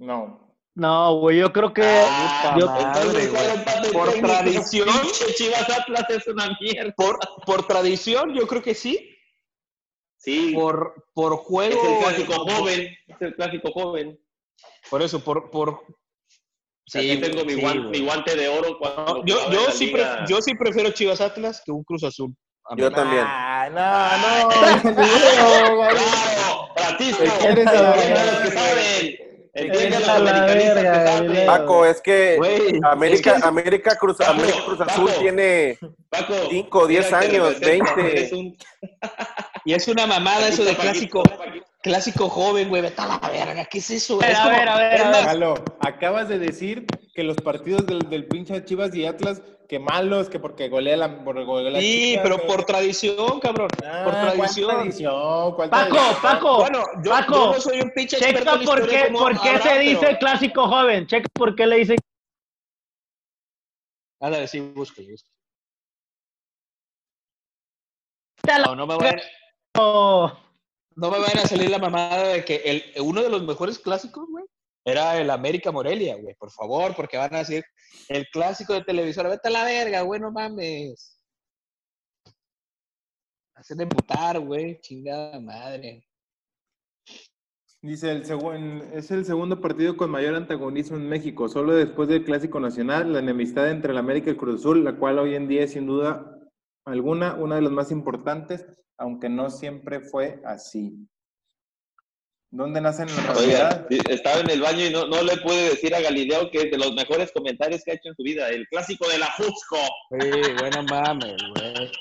A: No.
D: No, güey, yo creo que.
E: Ah,
D: yo-
B: puta madre, güey. Por tradición,
E: Chivas Atlas es una mierda.
B: por, por tradición, yo creo que sí.
E: Sí,
B: Por, por
E: es
B: juego.
E: el clásico joven. Es el clásico joven.
B: Por eso, por. por...
E: Aquí tengo mi,
B: sí,
E: guan-
B: güey.
E: mi guante de oro. Cuando
B: Yo,
E: jugaba en
B: yo,
E: la
B: sí
E: liga.
B: pref- yo sí prefiero Chivas Atlas que un Cruz Azul. A mí.
C: Yo también.
A: Ah, no, no.
E: ¡Claro! ¡Francisco!
A: Te quieres
E: Son
A: a la
E: los
A: verga,
E: que saben. Entiende a los
D: quieres a la
E: americanistas que
D: verga,
E: saben.
D: Leo.
C: Paco, es que
B: Güey,
C: América,
E: es que-
C: América, Cruz,
E: Paco,
C: América Cruz Azul
E: Paco.
C: tiene
E: Paco,
C: Cinco, diez
E: mira que
C: años,
E: representa,
C: 20.
E: eres un-
B: Y es una mamada eso de
E: Paquito,
B: clásico,
E: Paquito.
B: clásico joven, güey. Vete a la verga, ¿qué es eso?
D: A ver,
B: Es
D: a
B: como-
D: ver, a ver,
B: es
D: a ver.
B: más,
A: Jalo, acabas de decir que los partidos del, del pinche Chivas y Atlas, que malos, que porque golea la, por golea
B: Sí,
A: Chivas,
B: pero
A: que-
B: por tradición, cabrón.
A: Ah,
B: por
A: ¿cuál
B: tradición.
A: tradición? ¿Cuál
D: Paco,
A: tradición?
D: Paco,
B: Bueno, yo,
D: Paco,
B: yo no soy un pinche experto
D: Checa
B: en
D: por
B: historia
D: qué,
B: como
D: por qué
B: Abraham,
D: se dice
B: pero-
D: clásico joven. Checa por qué le dicen.
B: Ándale, sí, búsquelo. búsquelo.
D: Te la-
B: No, no me vayan,
D: oh,
B: no me vayan a salir la mamada de que el, uno de los mejores clásicos, güey, era el América Morelia, güey. Por favor, porque van a decir el clásico de televisora. Vete a la verga, güey, no mames. Hacen emputar, güey. Chingada madre.
A: Dice, el segun- es el segundo partido con mayor antagonismo en México, solo después del Clásico Nacional, la enemistad entre el América y el Cruz Azul, la cual hoy en día es sin duda alguna una de las más importantes, aunque no siempre fue así. ¿Dónde nacen la
E: Oiga,
A: rivalidad?
E: estaba en el baño y no, no le pude decir a Galileo que es de los mejores comentarios que ha hecho en su vida. El clásico de la Fusco.
B: Sí, bueno, mames, güey.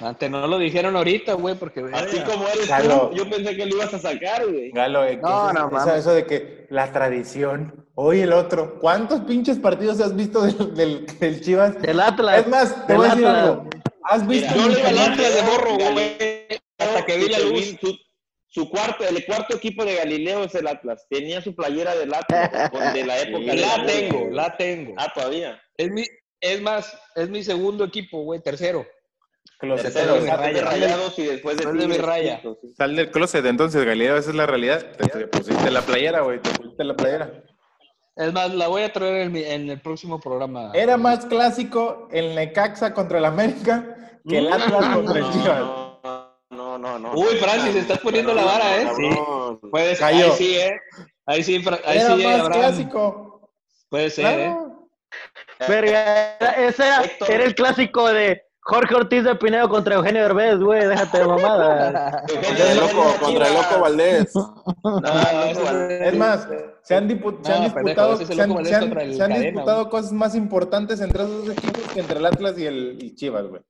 B: Antes no lo dijeron ahorita, güey, porque...
E: Así como eres
A: Galo.
E: tú, yo pensé que lo ibas a sacar, güey.
A: Galo, eh, que
C: No,
A: eso,
C: no,
A: eso-
C: mames.
A: eso de que la tradición, hoy el otro. ¿Cuántos pinches partidos has visto del, del- del Chivas?
D: del Atlas.
A: Es más, te
D: del
A: voy a decir
D: Atlas.
A: algo. ¿Has visto
E: Yo
A: un
E: le iba al
A: penal?
E: Atlas de morro, güey.
B: Hasta que vi la luz.
E: Su, su cuarto, el cuarto equipo de Galileo es el Atlas. Tenía su playera del Atlas con- de la época. de
B: La
E: Galileo.
B: tengo, la tengo.
E: Ah, todavía.
B: Es, mi, es más, es mi segundo equipo, güey, tercero.
E: Tercero,
B: de
E: de
B: Raya-
E: rayados y después de,
B: Después de mi
E: Tigres,
B: raya.
E: punto, sí.
A: Sal del closet, entonces, Galileo, esa es la realidad. Te, te pusiste la playera, güey, te pusiste la playera.
B: Es más, la voy a traer en, mi- en el próximo programa.
A: Era más clásico el Necaxa contra el América que el
B: Mm.
A: Atlas contra el Chivas.
E: No, no, no, no.
B: Uy, Francis, estás poniendo la vara, ¿eh?
C: Cabrón.
B: Puedes, ahí
A: Cayó.
B: sí, ¿eh? Ahí sí, Fra- ahí
A: Era
B: sí, eh,
A: más
B: Abraham.
A: clásico.
B: Puede ser, ¿eh?
A: Claro.
D: Verga, era- ese era,
E: Héctor.
D: era el clásico de Jorge Ortiz de Pinedo contra Eugenio Derbez, güey. Déjate de mamada.
E: Eugenio
C: Contra el
E: Derbez
C: loco,
E: de
C: contra el
E: Chivas.
C: loco Valdés.
E: No,
B: Ah, No,
E: no,
B: ese
E: no.
A: Es más, se han, dipu- se han
B: No, pendejo,
A: disputado,
B: ese es el
A: se han-
B: loco
A: se han-
B: contra el
A: se han
B: Cadena,
A: disputado cosas más importantes entre esos dos equipos que entre el Atlas y el y Chivas, güey.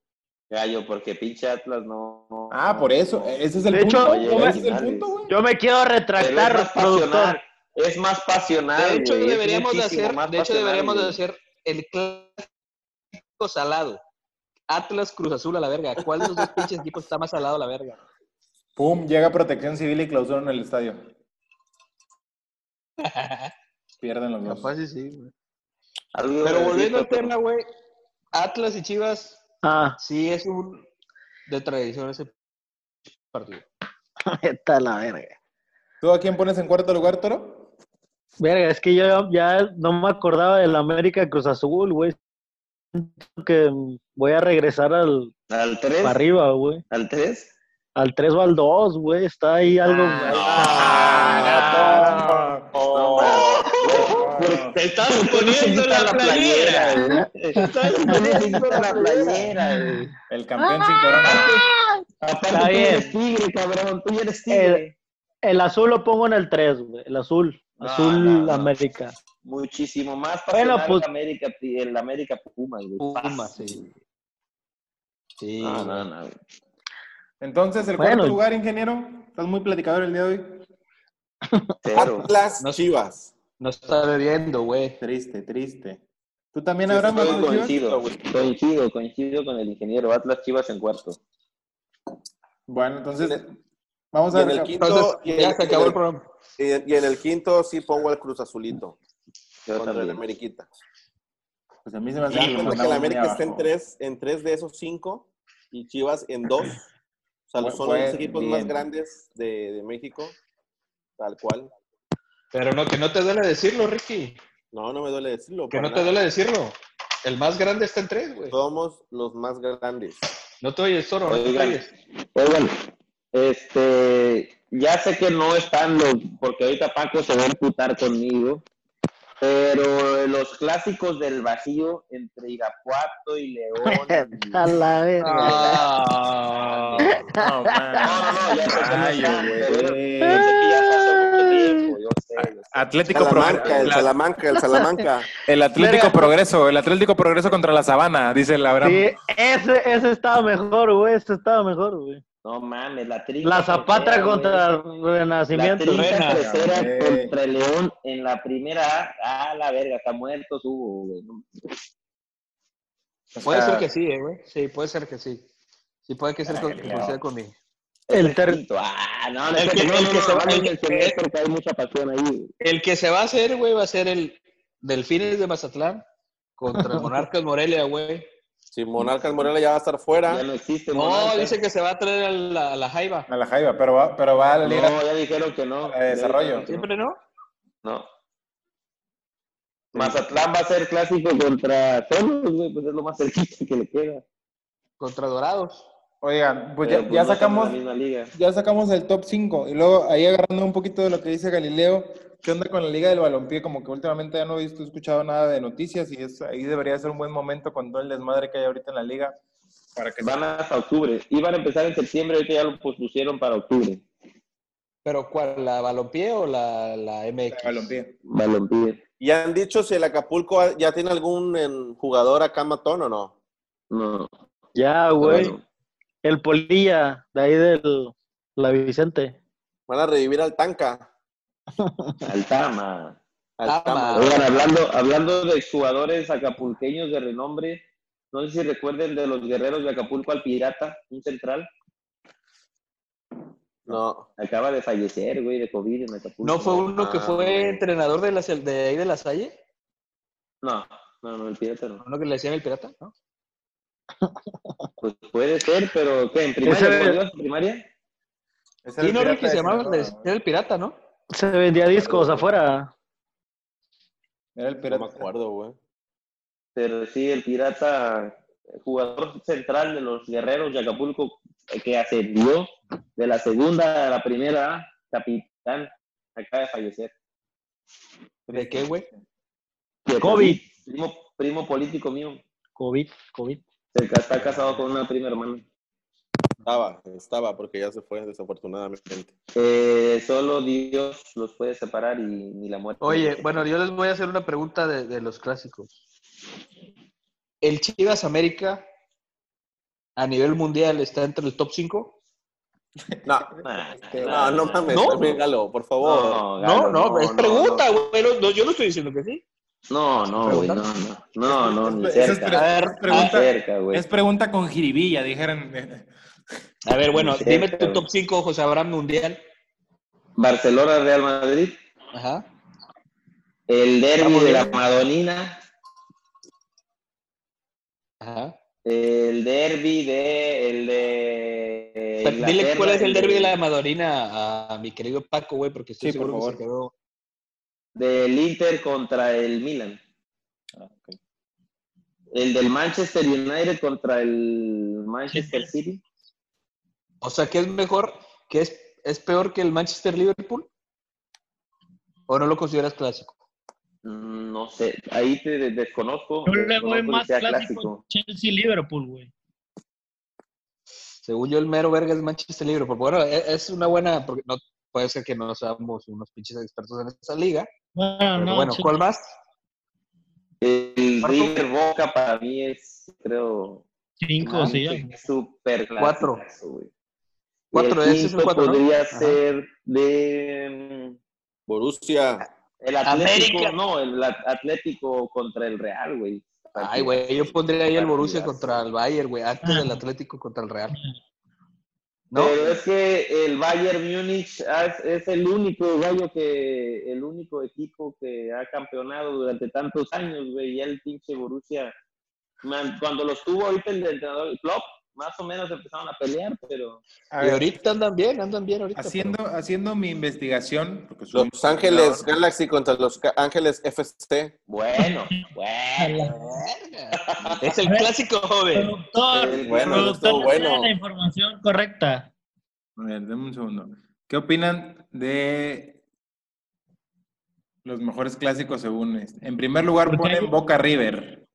E: Gallo, porque pinche Atlas no. no-
A: Ah, por eso.
E: no.
A: Ese es el
D: De
A: punto.
D: hecho,
A: güey, ese
E: oye,
A: es el
E: originales.
A: punto, güey.
D: Yo me quiero
E: Pero es más
D: retractar, productor.
E: pasional. Es más pasional.
B: Ah, De hecho,
E: güey, es
B: deberíamos de
E: muchísimo
B: hacer,
E: más
B: de hecho,
E: pasional,
B: deberíamos de
E: güey.
B: hacer el clásico salado. Atlas Cruz Azul a la verga. ¿Cuál de los dos pinches equipos está más salado a la verga?
A: Pum, llega protección civil y clausura en el estadio. Pierden los dos.
B: Capaz y sí, güey.
E: Algo
B: Pero
E: de-
B: volviendo al tema, güey, Atlas y Chivas
D: Ah,
B: sí es un de tradición ese partido.
D: está la verga.
A: ¿Tú a quién pones en cuarto lugar, Toro?
D: Verga, es que yo ya no me acordaba del América Cruz Azul, güey. Siento que voy a regresar al
E: Al
D: para
E: 3.
D: arriba, güey.
E: Al 3.
D: Al 3 o al 2, güey. Está ahí algo.
A: Ah,
E: Te estás poniendo la playera. güey. Te estás poniendo la playera. güey.
A: El campeón sin corona.
D: Está
E: Aparte, tú
D: bien.
E: eres tigre, cabrón. Tú eres
D: El,
E: tigre.
D: el azul lo pongo en el 3, güey. El azul.
E: No,
D: azul
E: Ah, no, no.
D: América.
E: Muchísimo más
D: Bueno,
E: pasional
D: pues-
E: el América, el América Pumas, güey.
B: Puma,
E: Paz.
B: sí. Sí.
E: No, no, no. güey.
A: Entonces, el
D: Bueno.
A: cuarto lugar, ingeniero. Estás muy platicador el día de hoy.
E: Cero.
C: Atlas
B: No sé.
C: Chivas.
B: No está bebiendo, güey.
A: Triste, triste. ¿Tú también
C: Sí,
A: habrás
C: estoy
A: mandado Chivas?
E: Coincido, coincido, coincido con el ingeniero. Atlas Chivas en cuarto.
A: Bueno, entonces, vamos a
C: Y en
A: ver.
C: el quinto-
B: Entonces,
C: y en-
B: ya se acabó el programa.
C: Y, y en el quinto sí pongo al Cruz Azulito.
E: Yo
C: Contra el
E: también.
C: Ameriquita.
A: Pues a mí se me hace
C: Ya
A: que lo
C: cuenta que
A: mandamos
C: el
A: muy
C: América está en
A: abajo.
C: tres, en tres de esos cinco y Chivas en dos. O sea,
A: Fue-
C: son
A: fue
C: los equipos
A: bien.
C: más grandes de, de México, tal cual.
B: Pero no, que no te duele decirlo, Ricky.
C: No, no me duele decirlo.
B: Que
C: para
B: no te
C: nada.
B: duele decirlo. El más grande está en tres, güey.
C: Somos los más grandes.
B: No te oyes, Toro. No te
E: Oigan.
B: oyes.
E: Oigan, Pues este, ya sé que no están los, porque ahorita Paco se va a imputar conmigo, pero los clásicos del vacío entre Irapuato y León. y-
D: A la verga.
B: Ah.
A: No,
E: No, no, no, ya sé que no
A: Ay,
E: están,
A: güey.
E: pero yo sé que ya pasó mucho tiempo, yo sé, yo sé.
A: Atlético
C: Salamanca, el
A: Progreso.
C: Salamanca, el Salamanca.
A: El Atlético
D: Verga.
A: Progreso, el Atlético Progreso contra la Sabana, dice la
D: Sí, ese, ese estaba mejor, güey. Ese estaba mejor, güey.
E: No mames, la trinca.
D: La Zapatra
E: Pecera, güey.
D: contra
E: La
D: Renacimiento.
E: trinca
A: Rena,
E: Pecera
A: güey.
E: contra el León en la primera A. Ah, la verga, está muerto Hugo, güey. No,
A: O
B: Puede
A: sea,
B: ser que sí, eh, güey. Sí, puede ser que sí. Sí, puede que sea
A: Ay,
B: con-
A: Leo.
B: que coincida conmigo.
D: El ter-
E: quinto. Ah, no, no,
B: El que-
E: no,
B: el
E: no,
B: que
E: no,
B: se va-
E: no,
B: el que-
E: mencioné porque hay mucha pasión ahí. güey.
B: El que se va a hacer, güey, va a ser el Delfines de Mazatlán contra el Monarcas Morelia, güey.
C: Si Monarcas Morelia ya va a estar fuera.
E: Ya no existe.
B: No,
E: Monarcas.
B: dice que se va a traer a la, a la Jaiba.
A: A la Jaiba, pero va, pero va a la liga.
E: No, ya dijeron que no.
A: Eh, desarrollo.
B: ¿Siempre no?
E: No. Mazatlán va a ser clásico contra Cholos, güey, pues es lo más cerquita que le queda.
B: Contra Dorados.
A: Oigan, pues
E: Pero,
A: ya, ya
E: no están en
A: sacamos,
E: la misma liga.
A: ya sacamos el top 5 y luego ahí agarrando un poquito de lo que dice Galileo, ¿qué onda con la Liga del Balompié? Como que últimamente ya no he visto, escuchado nada de noticias y es, ahí debería ser un buen momento con todo el desmadre que hay ahorita en la liga para que se-
E: Van hasta octubre. Iban a empezar en septiembre, ahorita ya lo pospusieron para octubre.
B: ¿Pero cuál? ¿La Balompié o la, la MX?
A: Balompié.
E: Balompié.
C: Y han dicho si el Acapulco ha- ya tiene algún em, jugador acá matón o no.
E: No.
D: Ya, güey.
E: Bueno,
D: El Polilla, de ahí del la Vicente.
C: Van a revivir al Tanca.
E: Altama.
C: Al
B: Tama.
C: Tama.
E: Oigan, hablando, hablando de jugadores acapulqueños de renombre, no sé si recuerden de los guerreros de Acapulco al Pirata, un central.
C: No.
E: Acaba de fallecer, güey, de COVID en Acapulco.
B: ¿No fue uno que
C: Ah,
B: fue
C: güey.
B: entrenador de, la, sel- de ahí de la Salle?
E: No, no, no, el Pirata no.
B: ¿Uno que le decían el pirata? ¿no?
E: Pues puede ser, pero ¿qué? ¿En primaria?
D: Ese-
E: ¿Cómo ibas en primaria?
A: Es el
B: Sí, no,
A: pirata
B: Ricky,
A: de
B: se llamaba
A: Sinaloa,
B: le decían el pirata, ¿no?
D: Se vendía discos afuera.
A: Era el
C: No me
A: pirata.
C: acuerdo, güey.
E: Pero sí, el Pirata, jugador central de los guerreros de Acapulco, eh, que ascendió de la segunda a la primera, A, capitán, acaba de fallecer.
B: ¿De qué, güey?
D: COVID.
E: Primo, primo político mío.
D: COVID, COVID.
E: Se ca- Está casado con una prima hermana.
C: Estaba, estaba, porque ya se fue desafortunadamente.
E: Eh, solo Dios los puede separar y ni la muerte. Este,
B: Oye, bueno, yo les voy a hacer una pregunta de, de los clásicos. ¿El Chivas América a nivel mundial está entre el top 5?
C: No,
E: Nah,
C: no, no mames.
B: ¿No?
C: también, Galo, por favor.
E: Ah, No,
B: No,
E: Galo,
B: no, es
E: no,
B: pregunta, güey. no, no, yo no estoy diciendo que sí.
E: No, no, güey, no, no, no, no, ni
A: Esa es
E: cerca.
A: pre-
B: A ver,
A: esa es
E: Ni
A: pregunta,
E: cerca, güey.
A: es pregunta con jiribilla, dijeron.
B: A ver, bueno,
E: Sí,
B: dime
E: pero-
B: tu top 5, José Abraham Mundial.
E: Barcelona, Real Madrid,
B: Ajá.
E: el derby
B: Vamos,
E: de la
B: dime.
E: Madonina,
B: Ajá.
E: el derby de el de
B: Pero dile
E: Inglaterra,
B: cuál es el derby de la Madonina a mi querido Paco, güey, porque estoy
A: Sí, por
B: seguro que
A: favor.
B: se quedó.
E: del Inter contra el Milan,
G: Ah,
E: el del Manchester United contra el Manchester City.
B: O sea, que es mejor, que es, es peor que el Manchester Liverpool. ¿O no lo consideras clásico?
E: Mm, No sé, ahí te de- desconozco.
G: Yo le
E: desconozco
G: voy
E: si
G: más
E: sea
G: clásico Chelsea-Liverpool, güey.
B: Según yo, el mero verga es Manchester Liverpool. Bueno, e- es una buena, porque no puede ser que no seamos unos pinches expertos en esta liga.
G: Bueno,
B: Pero
G: no,
B: bueno,
G: sí.
B: ¿cuál más?
E: El
B: ¿Cuarto?
E: River Boca para mí es, creo,
G: cinco, sí. ya.
E: super
B: Cuatro.
E: güey.
B: Cuatro,
E: Eh, Y el
B: ese es el
E: quinto
B: cuatro, ¿no?
E: podría
B: Ajá.
E: ser de mm,
C: Borussia.
E: el Atlético,
G: América.
E: no, el at- Atlético contra el Real, güey.
B: Ay, güey, yo pondría ahí el Borussia
E: Partidazo.
B: contra el Bayern, güey, antes
G: Ah.
B: del Atlético contra el Real. ¿No?
E: Pero es que el Bayern Múnich es, es el único gallo que, el único equipo que ha campeonado durante tantos años, güey. Y el pinche Borussia, man, cuando los tuvo ahorita el entrenador, el Klopp, más o menos empezaron a pelear, pero
A: A
B: y
A: ver,
B: ahorita andan bien, andan bien ahorita.
A: haciendo, haciendo mi investigación. porque soy
C: Los Ángeles Galaxy contra Los Ca- Ángeles FC.
E: bueno, bueno.
B: pero- Es el clásico joven.
G: Productor,
C: Bueno,
G: productor,
C: estuvo bueno.
G: tiene la información correcta.
A: A ver, denme un segundo. ¿Qué opinan de los mejores clásicos según este? En primer lugar
G: Porque hay-
A: ponen Boca River.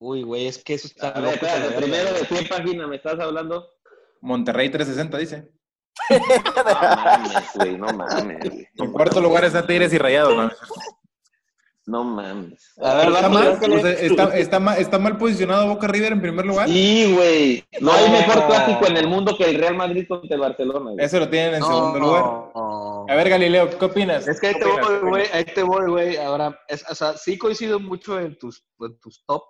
B: Uy, güey, es que eso está
E: A ver,
B: loco,
E: espérate,
B: la verdad.
E: primero de qué página me estás hablando.
A: Monterrey 360, dice.
E: No mames, güey, no mames. güey.
B: Pues
A: En cuarto lugar está Tigres y Rayados. ¿no?
E: No mames. A ver,
A: Está
E: vamos,
A: mal,
E: Ángeles.
A: o sea, está- está ma- está mal posicionado Boca River en primer lugar.
E: Sí, güey. No hay
B: No.
E: mejor clásico en el mundo que el Real Madrid contra el Barcelona. güey.
A: Eso lo tienen en segundo lugar.
B: no.
A: A ver, Galileo, ¿qué opinas?
B: Es que ahí
A: ¿Qué
B: te
A: opinas?
B: voy, güey. Ahí te voy, güey. Ahora, es- o sea, sí coincido mucho en tus, en tus top,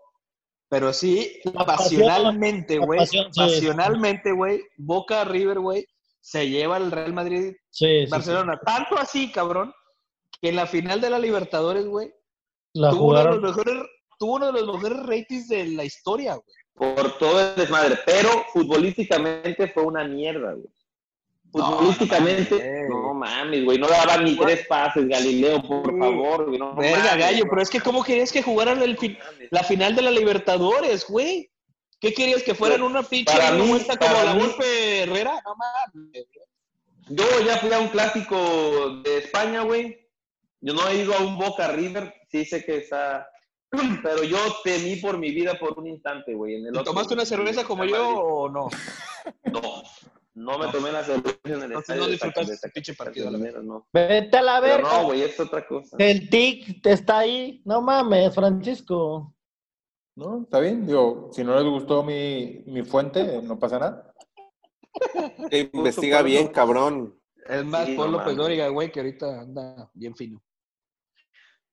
B: pero sí,
G: La pasión,
B: pasionalmente,
G: la
B: güey.
G: pasión, sí.
B: Pasionalmente, güey. Boca River, güey. Se lleva el Real Madrid
G: Sí, sí, sí.
B: Barcelona. Tanto así, cabrón, que en la final de la Libertadores, güey,
G: La
B: tuvo uno, de
G: jugaron.
B: los mejores, tuvo uno de los mejores ratings de la historia, güey.
E: Por todo el desmadre. Pero futbolísticamente fue una mierda, güey. Futbolísticamente,
B: no mames.
E: no mames, güey. No daba ni tres pases, Galileo, por favor, güey. No
B: Verga,
E: mames,
B: gallo,
E: no
B: pero es que ¿cómo querías que jugaran el fin-
E: mames.
B: la final de la Libertadores, güey? ¿Qué querías que fueran una pinche
E: Para mí,
B: vuelta
E: para
B: como la
E: mí-
B: golpe Herrera? No mames.
E: Yo ya fui a un clásico de España, güey. Yo no he ido a un Boca River, sí sé que está. Pero yo temí por mi vida por un instante, güey. en el
B: ¿Te
E: otro,
B: ¿Tomaste una
E: güey,
B: cerveza
E: en
B: como
E: el
B: yo
E: Madrid.
B: o no?
E: No, no me tomé la cerveza en el
B: Entonces
E: estadio.
B: no
E: de
B: disfrutaste
E: Zacatecas,
B: ese pinche
E: Zacatecas,
B: partido, la
E: primero, no.
D: Vete a eh, la
E: Pero no,
D: verga.
E: güey, es otra cosa.
D: el tic está ahí. No mames, Francisco.
A: No, está bien. Digo, si no les gustó mi, mi fuente, no pasa nada.
C: Que investiga bien, cabrón.
B: Es más,
E: Sí, no
B: Pablo
E: mames.
B: Pedóriga, güey, que ahorita anda bien fino.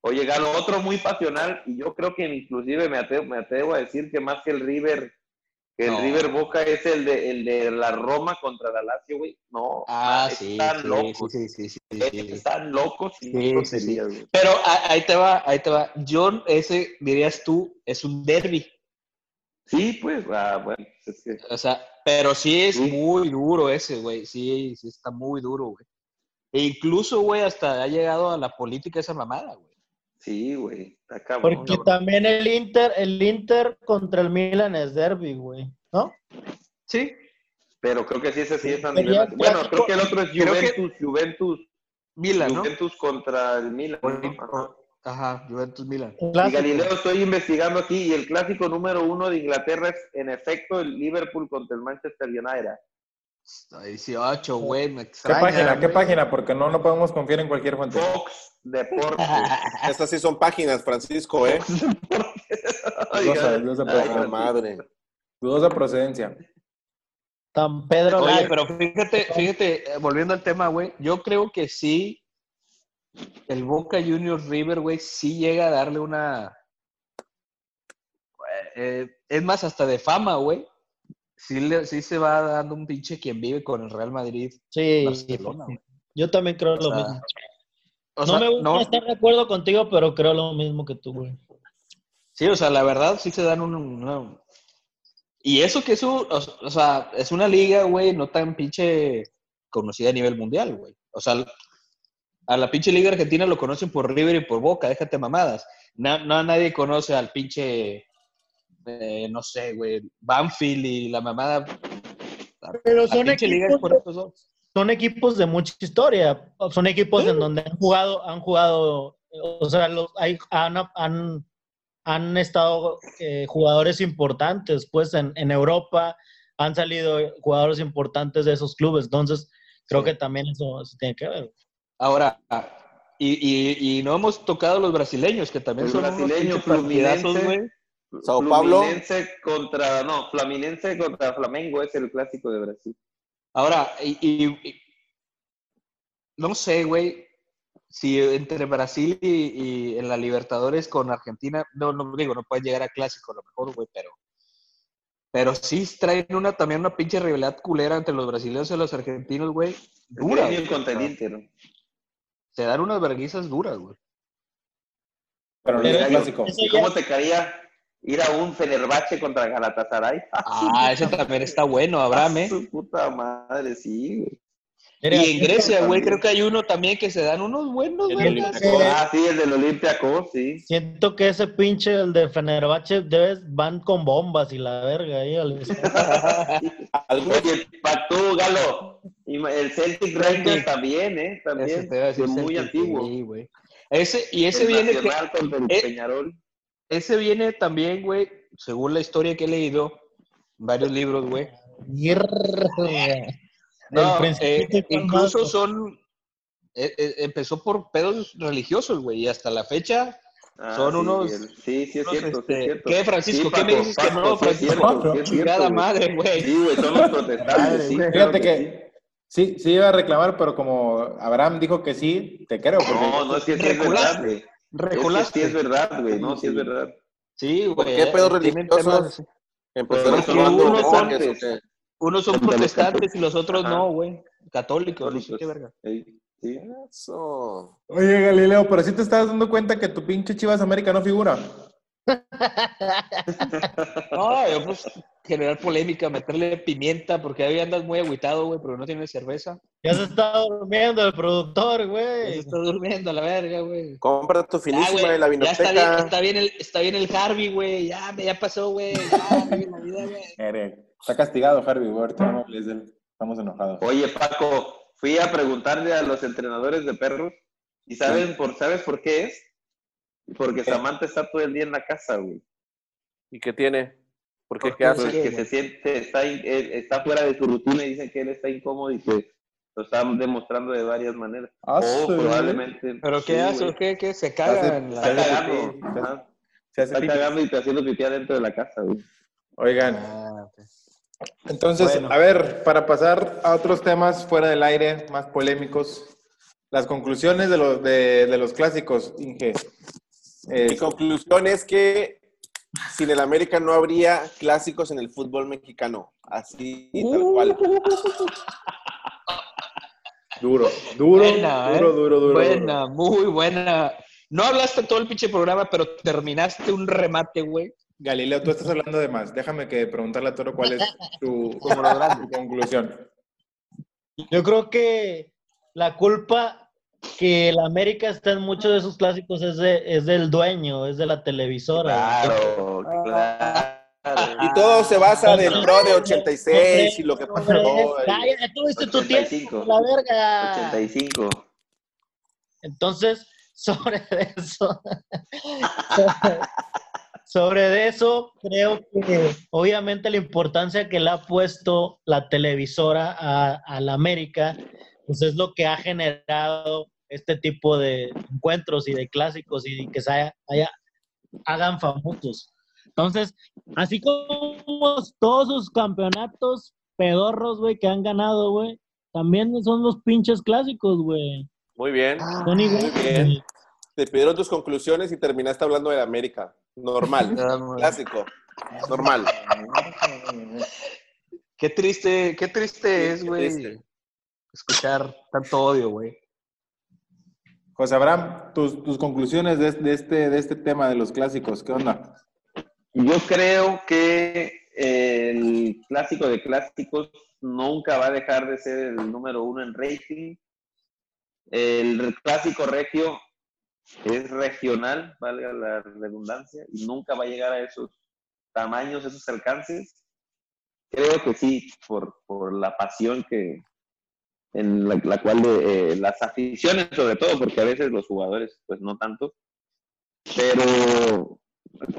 E: Oye, ganó otro muy pasional y yo creo que inclusive me atrevo, me atrevo a decir que más que el River, que el
B: No.
E: River Boca es el de, el de la Roma contra la Lazio, güey. No,
B: Ah,
E: mames,
B: sí,
E: están
B: sí,
E: locos.
B: sí,
E: eh,
B: sí, sí, sí, sí.
E: Están locos y
B: Sí,
E: groserías, güey.
B: Pero a- ahí te va, ahí te va. John, ese dirías tú, es un derby.
E: Sí, pues, ah, bueno, es que
B: O sea, pero sí es
E: Sí.
B: muy duro ese, güey. Sí, sí está muy duro, güey. E incluso, güey, hasta ha llegado a la política esa mamada, güey.
E: sí, güey, está cabrón.
D: Porque
E: cabrón.
D: también el Inter, el Inter contra el Milan es derby, güey. ¿No?
B: Sí.
E: Pero creo que sí, ese sí es a
D: Sería
E: nivel.
D: clásico.
E: Bueno, creo que el otro es
B: Creo que-
E: Juventus, Juventus,
B: Milan, ¿no?
E: Juventus contra el Milan. ¿no? Ajá.
B: Ajá, Juventus Milan.
E: Y Galileo, estoy investigando aquí y el clásico número uno de Inglaterra es, en efecto, el Liverpool contra el Manchester United.
B: Está 18, güey, me
A: ¿Qué
B: extraña.
A: página? ¿Qué
B: güey.
A: página? Porque no, no podemos confiar en cualquier fuente.
E: Fox Deportes.
C: Ah, Estas sí son páginas, Francisco, ¿eh?
A: Dudosa, dudosa
E: Ay,
C: Ay,
A: procedencia.
C: madre.
A: Dudosa procedencia.
D: Tan Pedro
B: Oye,
D: Lai.
B: pero fíjate, fíjate, eh, volviendo al tema, güey, yo creo que sí, el Boca Juniors River, güey, sí llega a darle una... eh, es más, hasta de fama, güey. Sí, le- sí se va dando un pinche quien vive con el Real Madrid.
D: Sí,
B: Barcelona, güey.
D: yo también creo
B: O
D: lo
B: sea,
D: mismo.
B: O
D: no
B: sea,
D: me gusta
B: no-
D: estar de acuerdo contigo, pero creo lo mismo que tú, güey.
B: Sí, o sea, la verdad sí se dan un... una- Y eso que es un- o, o sea, es una liga, güey, no tan pinche conocida a nivel mundial, güey. O sea, a la pinche liga argentina lo conocen por River y por Boca, déjate mamadas. Na- No, nadie conoce al pinche, eh, no sé, güey, Banfield y la mamada.
D: Pero
B: La
D: Pues son
B: pinche liga es
D: equipos,
B: por estos dos.
D: son equipos de mucha historia. Son equipos en donde han jugado, han jugado, o sea, los, hay, han, han, han estado eh, jugadores importantes, pues en, en Europa han salido jugadores importantes de esos clubes. Entonces, creo que también eso, eso tiene que ver.
B: Ahora, y, y, y no hemos tocado los brasileños, que también
E: Los
B: son unos
E: brasileños,
B: pinches partidazos,
E: Fluminense.
B: güey.
C: Sao Paulo.
E: Fluminense contra, no, Flaminense contra Flamengo es el clásico de Brasil.
B: Ahora, y, y- y- no sé, güey, si entre Brasil y, y en la Libertadores con Argentina, no, no digo, no pueden llegar a clásico a lo mejor, güey, pero, pero sí traen una también una pinche rivalidad culera entre los brasileños y los argentinos, güey, dura.
E: Gremio
B: güey.
E: contra el Inter. ¿no?
B: Se dan unas verguizas duras, güey.
A: Pero no
E: Pero
A: es un
E: yo-
A: clásico.
D: Eso
E: ¿Y
D: ya-
E: cómo te caería ir a un Fenerbahce contra Galatasaray?
B: Ah, ese también está bueno, Abraham, ¿eh?
E: Su puta madre, sí, güey.
D: Mira,
B: Y en Grecia, güey,
E: también.
B: creo que hay uno también que se dan unos buenos,
A: El
B: güey.
C: Eh.
A: Olympiacos.
E: Ah, sí, el del Olympiacos, sí.
D: Siento que ese pinche, el de Fenerbahce, debes, van con bombas y la verga
G: eh,
D: ahí al
C: Algunos
E: Oye, para tú, Galo, y ma- el Celtic Rangers también, ¿eh?
B: Ese
E: También,
B: te iba a
E: que
B: decir
E: es muy
B: Celtic,
E: antiguo.
B: sí, güey. Ese, y ese
E: El
B: viene que,
E: Nacional contra el
B: eh,
E: Peñarol.
B: Ese viene también, güey, según la historia que he leído, varios libros, güey. No, eh, incluso son, eh, eh, empezó por pedos religiosos, güey, y hasta la fecha
E: Ah,
B: Son
E: sí,
B: unos-
E: el- Sí, sí, es
B: unos,
E: cierto, sí, es
B: este,
E: cierto.
B: ¿qué, Francisco? ¿Qué me dices que no,
E: sí, es
B: Francisco?
E: cierto, sí, es cierto,
B: Chingada
E: güey.
B: madre, güey.
E: Sí, güey, son los protestantes,
C: Madre,
E: sí.
C: güey.
E: claro
A: Fíjate
E: sí.
A: que sí, sí iba a reclamar, pero como Abraham dijo que sí, te creo. Porque
E: No, no es que sí es
B: Reculaste,
E: verdad, güey. Es que
B: Reculaste.
E: sí es verdad, güey. No, sí es verdad.
B: Sí, güey.
C: qué pedos
B: eh, tienen
C: religiosos?
B: temas-
C: Empezaron
E: Porque
C: tomando
B: unos son-
C: monjes, ¿o qué?
B: Unos son
E: Como los
B: protestantes y los otros
E: Ajá.
B: no, güey. Católicos. no sé
E: Católicos.
B: qué verga.
E: Ey, Sí.
C: Eso.
A: Oye, Galileo, pero sí te estás dando cuenta que tu pinche Chivas América no figura.
B: No, yo pues generar polémica, meterle pimienta, porque ahí andas muy agüitado, güey, porque no tienes cerveza.
G: Ya se está durmiendo el productor,
B: Ya se
G: güey.
B: está durmiendo a la verga, güey.
C: Compra tu
B: Ya,
C: finísima de
B: Ah, güey,
C: la
B: ya está bien,
C: vinoteca.
B: está bien el, está bien el Harvey, güey. Ya, me- ya pasó, güey. Ya, vive la vida, güey.
A: Eric, Está castigado Harvey, güey. ahorita no hables de él. Estamos enojados.
E: Oye, Paco, fui a preguntarle a los entrenadores de perros y saben por, ¿sabes por qué es? Porque Samantha está todo el día en la casa, güey.
C: ¿Y qué tiene? ¿Por qué? ¿Qué hace?
E: Porque que se siente, está, in- él está fuera de su rutina y dicen que él está incómodo y que lo están demostrando de varias maneras.
A: Ah,
E: o
A: sí.
E: probablemente.
B: Pero qué
E: sí,
B: hace,
E: güey.
B: o qué, qué se caga en
E: Está
A: hace
B: la.
E: cagando.
A: pipí,
E: ajá.
A: Se hace
E: Está
A: pipí.
E: cagando y está haciendo pipí adentro de la casa, güey.
A: Oigan,
B: Ah, ok.
A: entonces,
B: Bueno.
A: a ver, para pasar a otros temas fuera del aire, más polémicos, las conclusiones de los, de, de los clásicos, Inge. Eh,
C: Mi conclusión es que sin el América no habría clásicos en el fútbol mexicano. Así y tal cual.
A: duro, duro,
B: Buena, ¿eh?
A: duro, duro, duro. duro.
B: Buena, muy buena. No hablaste todo el pinche programa, pero terminaste un remate, güey.
A: Galileo, tú estás hablando de más. Déjame que preguntarle a Toro cuál es tu,
B: Como lo grande.
A: tu conclusión.
G: Yo creo que la culpa que la América está en muchos de sus clásicos es, de- es del dueño, es de la televisora. güey.
E: Claro, claro.
C: Y todo se basa del pro de 86 y lo que pasó.
G: Hombre,
C: y-
G: ya, ya tuviste tu
E: 85.
G: tiempo, la verga.
E: 85.
G: Entonces, sobre eso, sobre eso, creo que obviamente la importancia que le ha puesto la televisora a, a la América, pues es lo que ha generado este tipo de encuentros y de clásicos y que se haya- haya- hagan famosos. Entonces, así como todos sus campeonatos pedorros, güey, que han ganado, güey, también son los pinches clásicos, güey.
C: Muy bien.
G: Son iguales,
C: Muy bien.
G: güey. eh,
C: Te pidieron tus conclusiones y terminaste hablando de la América. Normal. Clásico. Normal.
B: Qué triste, qué triste es,
C: qué
B: güey.
C: triste.
B: Escuchar tanto odio, güey.
A: José Abraham, tus, tus conclusiones de, de este, de este tema de los clásicos, ¿qué onda?
E: Yo creo que eh, el clásico de clásicos nunca va a dejar de ser el número uno en rating. El clásico regio es regional, valga la redundancia, y nunca va a llegar a esos tamaños, esos alcances. Creo que sí, por, por la pasión que en la, la cual eh, las aficiones sobre todo, porque a veces los jugadores pues no tanto, pero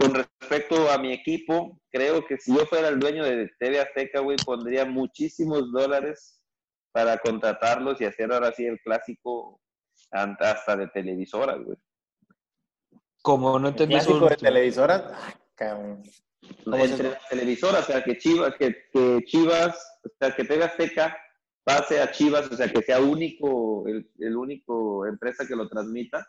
E: con respecto a mi equipo, creo que si yo fuera el dueño de TV Azteca, güey, pondría muchísimos dólares para contratarlos y hacer ahora sí el clásico an- hasta de televisora, güey.
B: Como no entendí eso.
A: ¿Clásico de televisoras? Ay, cabrón.
E: Entre las televisoras, o sea, que Chivas, que, que Chivas, o sea, que TV Azteca pase a Chivas, o sea, que sea único, el, el único empresa que lo transmita.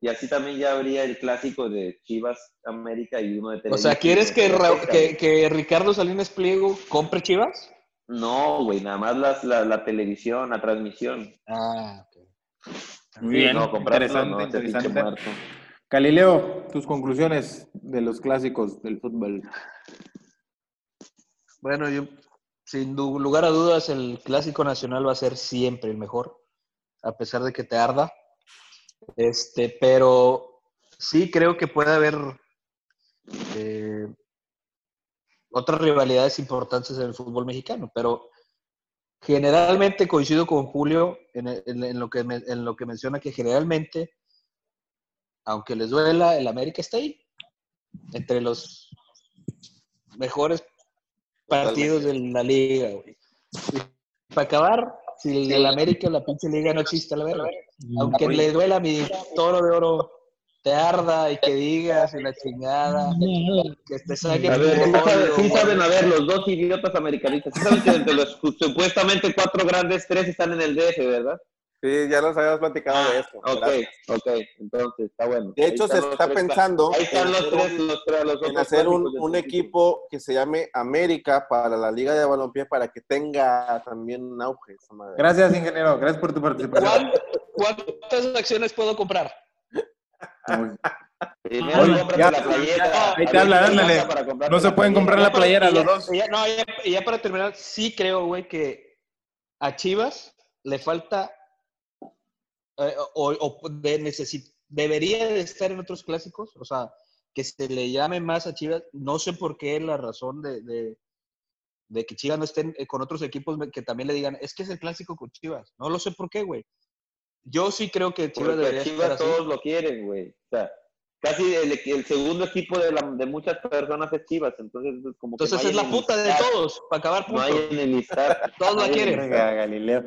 E: Y así también ya habría el clásico de Chivas América y uno de
B: O
E: Televisa.
B: sea, ¿quieres que, Ra-
E: Azteca,
B: que,
E: güey.
B: que Ricardo Salinas Pliego compre Chivas?
E: No, güey, nada más las- la, la televisión, la transmisión.
B: Ah, ok.
A: Muy
E: Sí,
A: bien,
E: no, comprarla, no,
A: interesante,
E: ese pinche
A: interesante.
E: muerto.
A: Galileo, tus conclusiones de los clásicos del fútbol.
B: Bueno, yo, sin du- lugar a dudas, el clásico nacional va a ser siempre el mejor, a pesar de que te arda. Este, pero sí creo que puede haber eh, otras rivalidades importantes en el fútbol mexicano, pero generalmente coincido con Julio en, en- en lo, que me- en lo que menciona que generalmente, aunque les duela, el América está ahí, entre los mejores partidos de la liga, güey. Para acabar, si el América, la pinche liga no existe, la verga. Aunque le duela mi toro de oro te arda y que digas y la chingada, que te saque
E: A
B: el
E: ver, sí saben,
B: odio,
E: sí
B: güey.
E: saben, a ver, los dos idiotas americanistas. Sí saben que entre los supuestamente cuatro grandes, tres están en el DF, ¿verdad?
C: Sí, ya nos habíamos platicado de esto.
E: Ok, ok, entonces está bueno.
C: De hecho,
E: Ahí
C: se
E: están los
C: está
E: tres,
C: pensando
E: Ahí están
C: en
E: los
C: hacer
E: tres,
C: un-
E: los tres, los
C: en
E: otros pues,
C: hacer un,
E: clásicos de
C: un
E: su
C: equipo que se llame América para la Liga de Balompié para que tenga también un auge. esa madre.
A: Gracias, ingeniero. Gracias por tu participación.
B: ¿Cuán- ¿Cuántas acciones puedo comprar?
A: Muy-
E: Primero
A: Oye,
E: cómprate
A: ya,
E: la playera.
A: ahí te hablan, ándale. No se pueden comprar la playera los dos.
B: Y ya- no, ya, y ya para terminar, sí creo, güey, que a Chivas le falta eh, o, o de necesi- debería de estar en otros clásicos, o sea, que se le llame más a Chivas. No sé por qué la razón de, de, de que Chivas no estén eh, con otros equipos que también le digan, es que es el clásico con Chivas. No lo sé por qué, güey. Yo sí creo que Chivas
E: Porque
B: debería
E: a
B: estar
E: Chivas
B: así.
E: todos lo quieren, güey. O sea, casi el, el segundo equipo de, la, de muchas personas es Chivas, entonces es como que
B: Entonces
E: no
B: es
E: hay
B: la puta de
E: enemistad,
B: todos, para acabar
E: No
B: punto.
E: hay enemistad.
B: todos la
E: Ay,
B: quieren.
F: Verga, Galileo.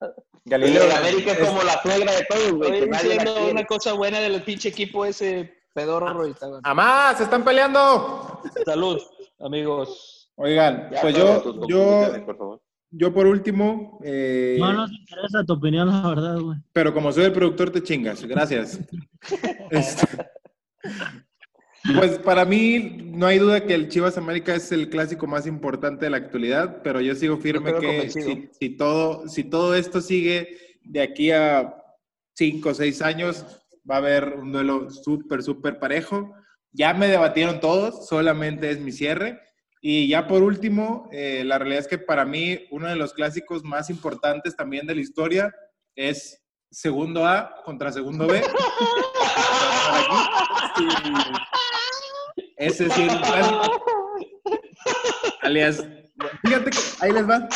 E: El
A: Galileo.
E: América es como la suegra de todos, güey. Que
B: Estoy
E: nadie la
B: diciendo
E: quiere.
B: una cosa buena del pinche equipo ese pedorro y tal.
A: ¡Amá! ¡Se están peleando!
B: Salud, amigos.
A: Oigan,
E: Ya,
A: pues
E: Pablo,
A: yo,
E: tus conclusiones,
A: yo,
E: por favor.
A: yo por último, eh,
G: No nos interesa tu opinión, la verdad, güey.
A: pero como soy el productor, te chingas. Gracias. Este, pues para mí, no hay duda que el Chivas América es el clásico más importante de la actualidad, pero yo sigo firme
B: Yo creo
A: que
B: convencido.
A: si, si todo, si todo esto sigue de aquí a cinco o seis años, va a haber un duelo súper, súper parejo. Ya me debatieron todos, solamente es mi cierre. Y ya por último, eh, la realidad es que para mí uno de los clásicos más importantes también de la historia es segundo A contra segundo B. Ese sí es un clásico. Alias, fíjate que ahí les va.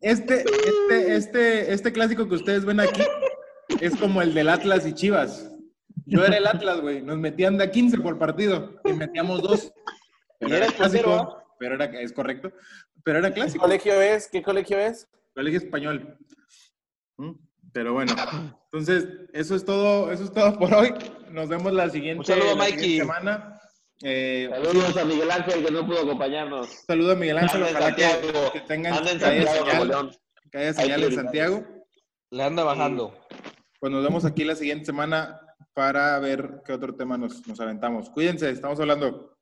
A: Este, este, este, este clásico que ustedes ven aquí es como el del Atlas y Chivas. Yo era el Atlas, güey. Nos metían de a 15 por partido y metíamos dos. Pero
B: Y
A: era
B: eres portero,
A: clásico. Pero era, es correcto. Pero era
C: ¿Qué
A: clásico.
C: colegio es? ¿Qué colegio es?
A: Colegio español. ¿Mm? Pero bueno, entonces eso es todo, eso es todo por hoy. Nos vemos la siguiente,
B: Un saludo,
A: la siguiente
B: Mikey.
A: semana. Eh,
E: Saludos a Miguel Ángel que no pudo acompañarnos.
A: un saludo a Miguel Ángel,
E: Anda en
A: ojalá que,
E: Santiago.
A: que tengan
E: Anda en
A: que haya
E: Santiago, Nuevo
A: señal,
E: León.
A: que haya
E: Hay
A: señal en
E: prioridades.
A: Santiago.
B: Le anda bajando.
A: Pues nos vemos aquí la siguiente semana para ver qué otro tema nos, nos aventamos. Cuídense, estamos hablando.